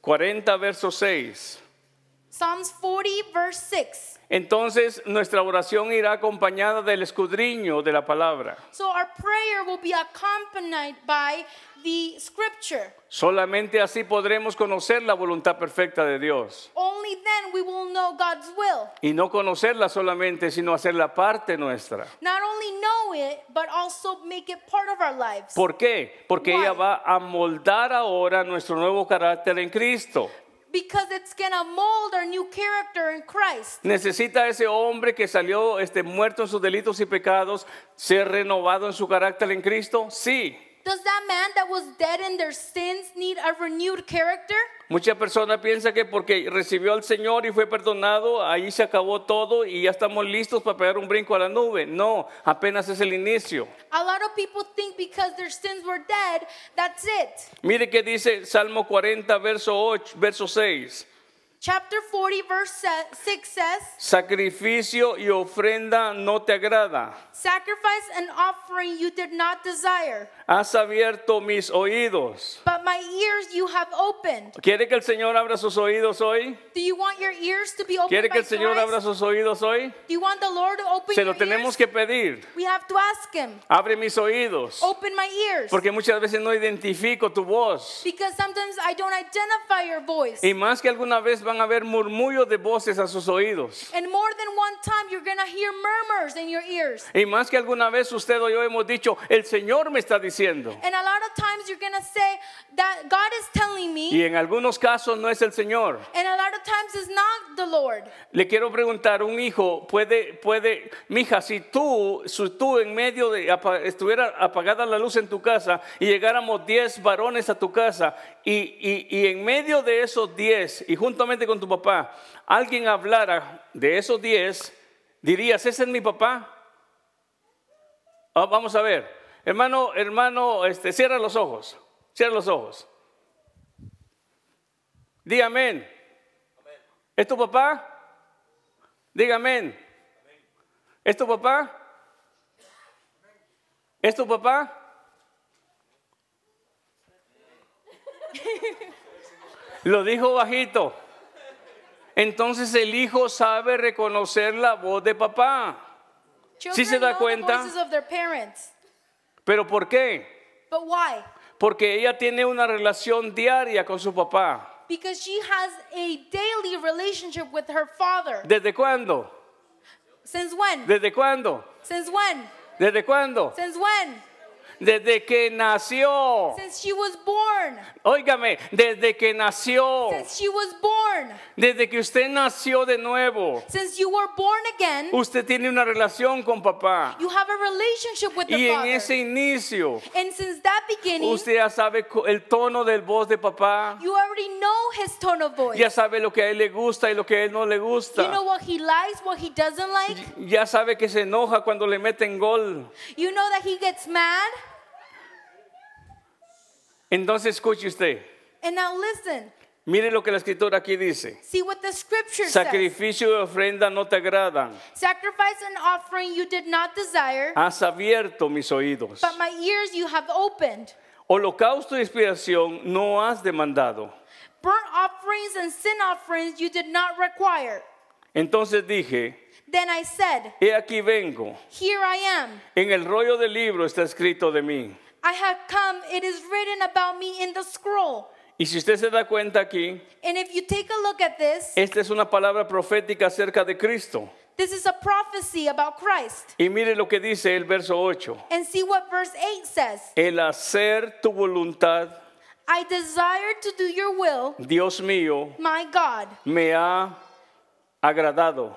Speaker 2: 40, verso 6.
Speaker 3: Psalms 40, verse 6.
Speaker 2: Entonces nuestra oración irá acompañada del escudriño de la palabra.
Speaker 3: So our prayer will be accompanied by the scripture.
Speaker 2: Solamente así podremos conocer la voluntad perfecta de Dios.
Speaker 3: Only then we will know God's will.
Speaker 2: Y no conocerla solamente, sino hacerla parte nuestra.
Speaker 3: Not only know it, but also make it part of our lives.
Speaker 2: ¿Por qué? Porque
Speaker 3: Why?
Speaker 2: ella va a moldar ahora nuestro nuevo carácter en Cristo.
Speaker 3: Because it's gonna mold our new character in Christ.
Speaker 2: Necesita ese hombre que salió este, muerto en sus delitos y pecados ser renovado en su carácter en Cristo. Sí.
Speaker 3: Does that man that was dead in their sins need a renewed character?
Speaker 2: Muchas personas piensan que porque recibió al Señor y fue perdonado, ahí se acabó todo y ya estamos listos para pegar un brinco a la nube. No, apenas es el inicio.
Speaker 3: A lot of people think because their sins were dead, that's it.
Speaker 2: Mire que dice Salmo 40, verso 8, verso 6.
Speaker 3: Chapter 40, verse se- 6 says,
Speaker 2: Sacrificio y ofrenda no te agrada.
Speaker 3: Sacrifice and offering you did not desire,
Speaker 2: Has abierto mis oídos.
Speaker 3: but my ears you have opened.
Speaker 2: ¿Quiere que el Señor abra sus oídos hoy?
Speaker 3: Do you want your ears to be opened
Speaker 2: ¿Quiere
Speaker 3: by
Speaker 2: que el Señor
Speaker 3: Christ?
Speaker 2: abra sus oídos hoy?
Speaker 3: Do you want the Lord to open
Speaker 2: Se
Speaker 3: your
Speaker 2: lo tenemos
Speaker 3: ears?
Speaker 2: que pedir.
Speaker 3: We have to ask Him,
Speaker 2: Abre mis oídos.
Speaker 3: open my ears.
Speaker 2: Porque muchas veces no identifico tu voz.
Speaker 3: because sometimes I don't identify your voice.
Speaker 2: Y más que alguna vez van a haber murmullos de voces a sus oídos.
Speaker 3: and more than one time, you're going to hear murmurs in your ears.
Speaker 2: Y más que alguna vez usted o yo hemos dicho, el Señor me está diciendo.
Speaker 3: And a lot of times, you're going to say that God is telling me,
Speaker 2: Y en algunos casos no es el Señor.
Speaker 3: and a lot of times, it's not the Lord.
Speaker 2: Le quiero preguntar, un hijo puede, puede, mija, si tú, si tú en medio de, apa- estuviera apagada la luz en tu casa y llegáramos 10 varones a tu casa y, y- y en medio de esos 10 y juntamente con tu papá, alguien hablara de esos 10, dirías, ese es mi papá. Ah, vamos a ver, hermano, hermano, este, cierra los ojos, cierra los ojos. Di amén. ¿Es tu papá? Diga amén. ¿Es tu papá? ¿Es tu papá? Lo dijo bajito. Entonces el hijo sabe reconocer la voz de papá.
Speaker 3: Children
Speaker 2: se da
Speaker 3: know
Speaker 2: cuenta?
Speaker 3: the voices of their parents.
Speaker 2: ¿Pero por qué?
Speaker 3: But why?
Speaker 2: Porque ella tiene una relación diaria con su papá.
Speaker 3: Because she has a daily relationship with her father.
Speaker 2: ¿Desde cuándo?
Speaker 3: Since when?
Speaker 2: ¿Desde cuándo?
Speaker 3: Since when?
Speaker 2: ¿Desde cuándo?
Speaker 3: Since when?
Speaker 2: Desde que nació.
Speaker 3: Since she was born.
Speaker 2: Óigame, desde que nació,
Speaker 3: Since she was born.
Speaker 2: desde que usted nació de nuevo,
Speaker 3: Since you were born again,
Speaker 2: usted tiene una relación con papá.
Speaker 3: you have a relationship with
Speaker 2: Y
Speaker 3: the
Speaker 2: en
Speaker 3: Father.
Speaker 2: ese inicio,
Speaker 3: and since that beginning,
Speaker 2: usted ya sabe cu- el tono del voz de papá,
Speaker 3: you already know his tone of voice.
Speaker 2: ya sabe lo que a él le gusta y lo que a él no le
Speaker 3: You know
Speaker 2: gusta.
Speaker 3: what he likes, what he doesn't like.
Speaker 2: Ya sabe que se enoja cuando le meten gol.
Speaker 3: You know that he gets mad.
Speaker 2: Entonces escuche usted,
Speaker 3: And now listen.
Speaker 2: mire lo que la escritura aquí dice.
Speaker 3: See what the scripture says.
Speaker 2: Sacrificio y ofrenda no te agradan.
Speaker 3: Sacrifice and offering you did not desire,
Speaker 2: Has abierto mis oídos.
Speaker 3: but my ears you have opened.
Speaker 2: Holocausto y expiación no has demandado.
Speaker 3: Burnt offerings and sin offerings you did not require.
Speaker 2: Entonces dije,
Speaker 3: Then I said,
Speaker 2: he aquí vengo,
Speaker 3: Here I am.
Speaker 2: en el rollo del libro está escrito de mí.
Speaker 3: I have come. It is written about me in the scroll.
Speaker 2: Y si usted se da cuenta aquí,
Speaker 3: And if you take a look at this,
Speaker 2: esta es una palabra profética acerca de Cristo.
Speaker 3: this is a prophecy about Christ.
Speaker 2: Y mire lo que dice el verso 8.
Speaker 3: And see what verse 8 says
Speaker 2: El hacer tu voluntad,
Speaker 3: I desire to do your will,
Speaker 2: Dios mío,
Speaker 3: my God.
Speaker 2: me ha agradado.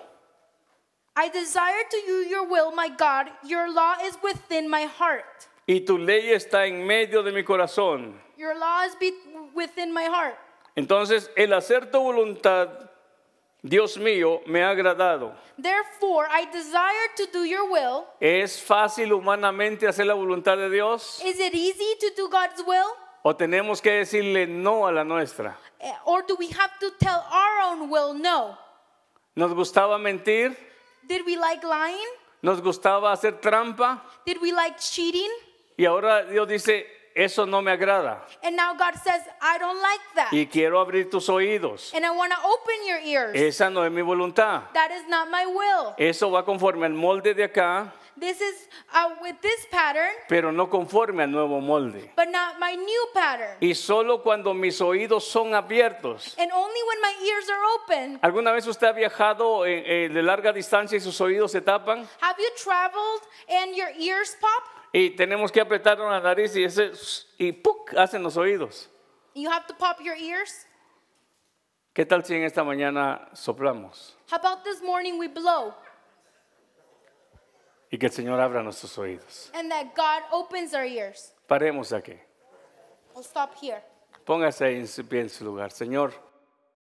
Speaker 3: I desire to do your will, my God. Your law is within my heart.
Speaker 2: Y tu ley está en medio de mi corazón.
Speaker 3: Your law is be- within my heart.
Speaker 2: Entonces, el hacer tu voluntad, Dios mío, me ha agradado.
Speaker 3: Therefore, I desire to do your will.
Speaker 2: ¿Es fácil humanamente hacer la voluntad de Dios?
Speaker 3: Is it easy to do God's will?
Speaker 2: ¿O tenemos que decirle no a la nuestra?
Speaker 3: Eh, Or do we have to tell our own will no?
Speaker 2: ¿Nos gustaba mentir?
Speaker 3: Did we like lying?
Speaker 2: ¿Nos gustaba hacer trampa?
Speaker 3: Did we like cheating?
Speaker 2: Y ahora Dios dice, eso no me agrada.
Speaker 3: And now God says, I don't like that.
Speaker 2: Y quiero abrir tus oídos.
Speaker 3: and I want to open your ears.
Speaker 2: Esa no es mi voluntad.
Speaker 3: that is not my will.
Speaker 2: Eso va conforme al molde de acá,
Speaker 3: This is uh, with this pattern,
Speaker 2: pero no conforme al nuevo molde.
Speaker 3: but not my new pattern.
Speaker 2: Y solo cuando mis oídos son abiertos.
Speaker 3: and only when my ears are open.
Speaker 2: ¿Alguna vez usted ha viajado eh, eh, de larga distancia y sus oídos se tapan?
Speaker 3: Have you traveled and your ears pop?
Speaker 2: Y tenemos que apretar la nariz y, ese, y ¡puc! hacen los oídos.
Speaker 3: You have to pop your ears?
Speaker 2: ¿Qué tal si en esta mañana soplamos
Speaker 3: How about this morning we blow
Speaker 2: y que el Señor abra nuestros oídos?
Speaker 3: and that God opens our ears?
Speaker 2: Paremos aquí.
Speaker 3: We'll stop here.
Speaker 2: Póngase ahí en su, pie en su lugar. Señor.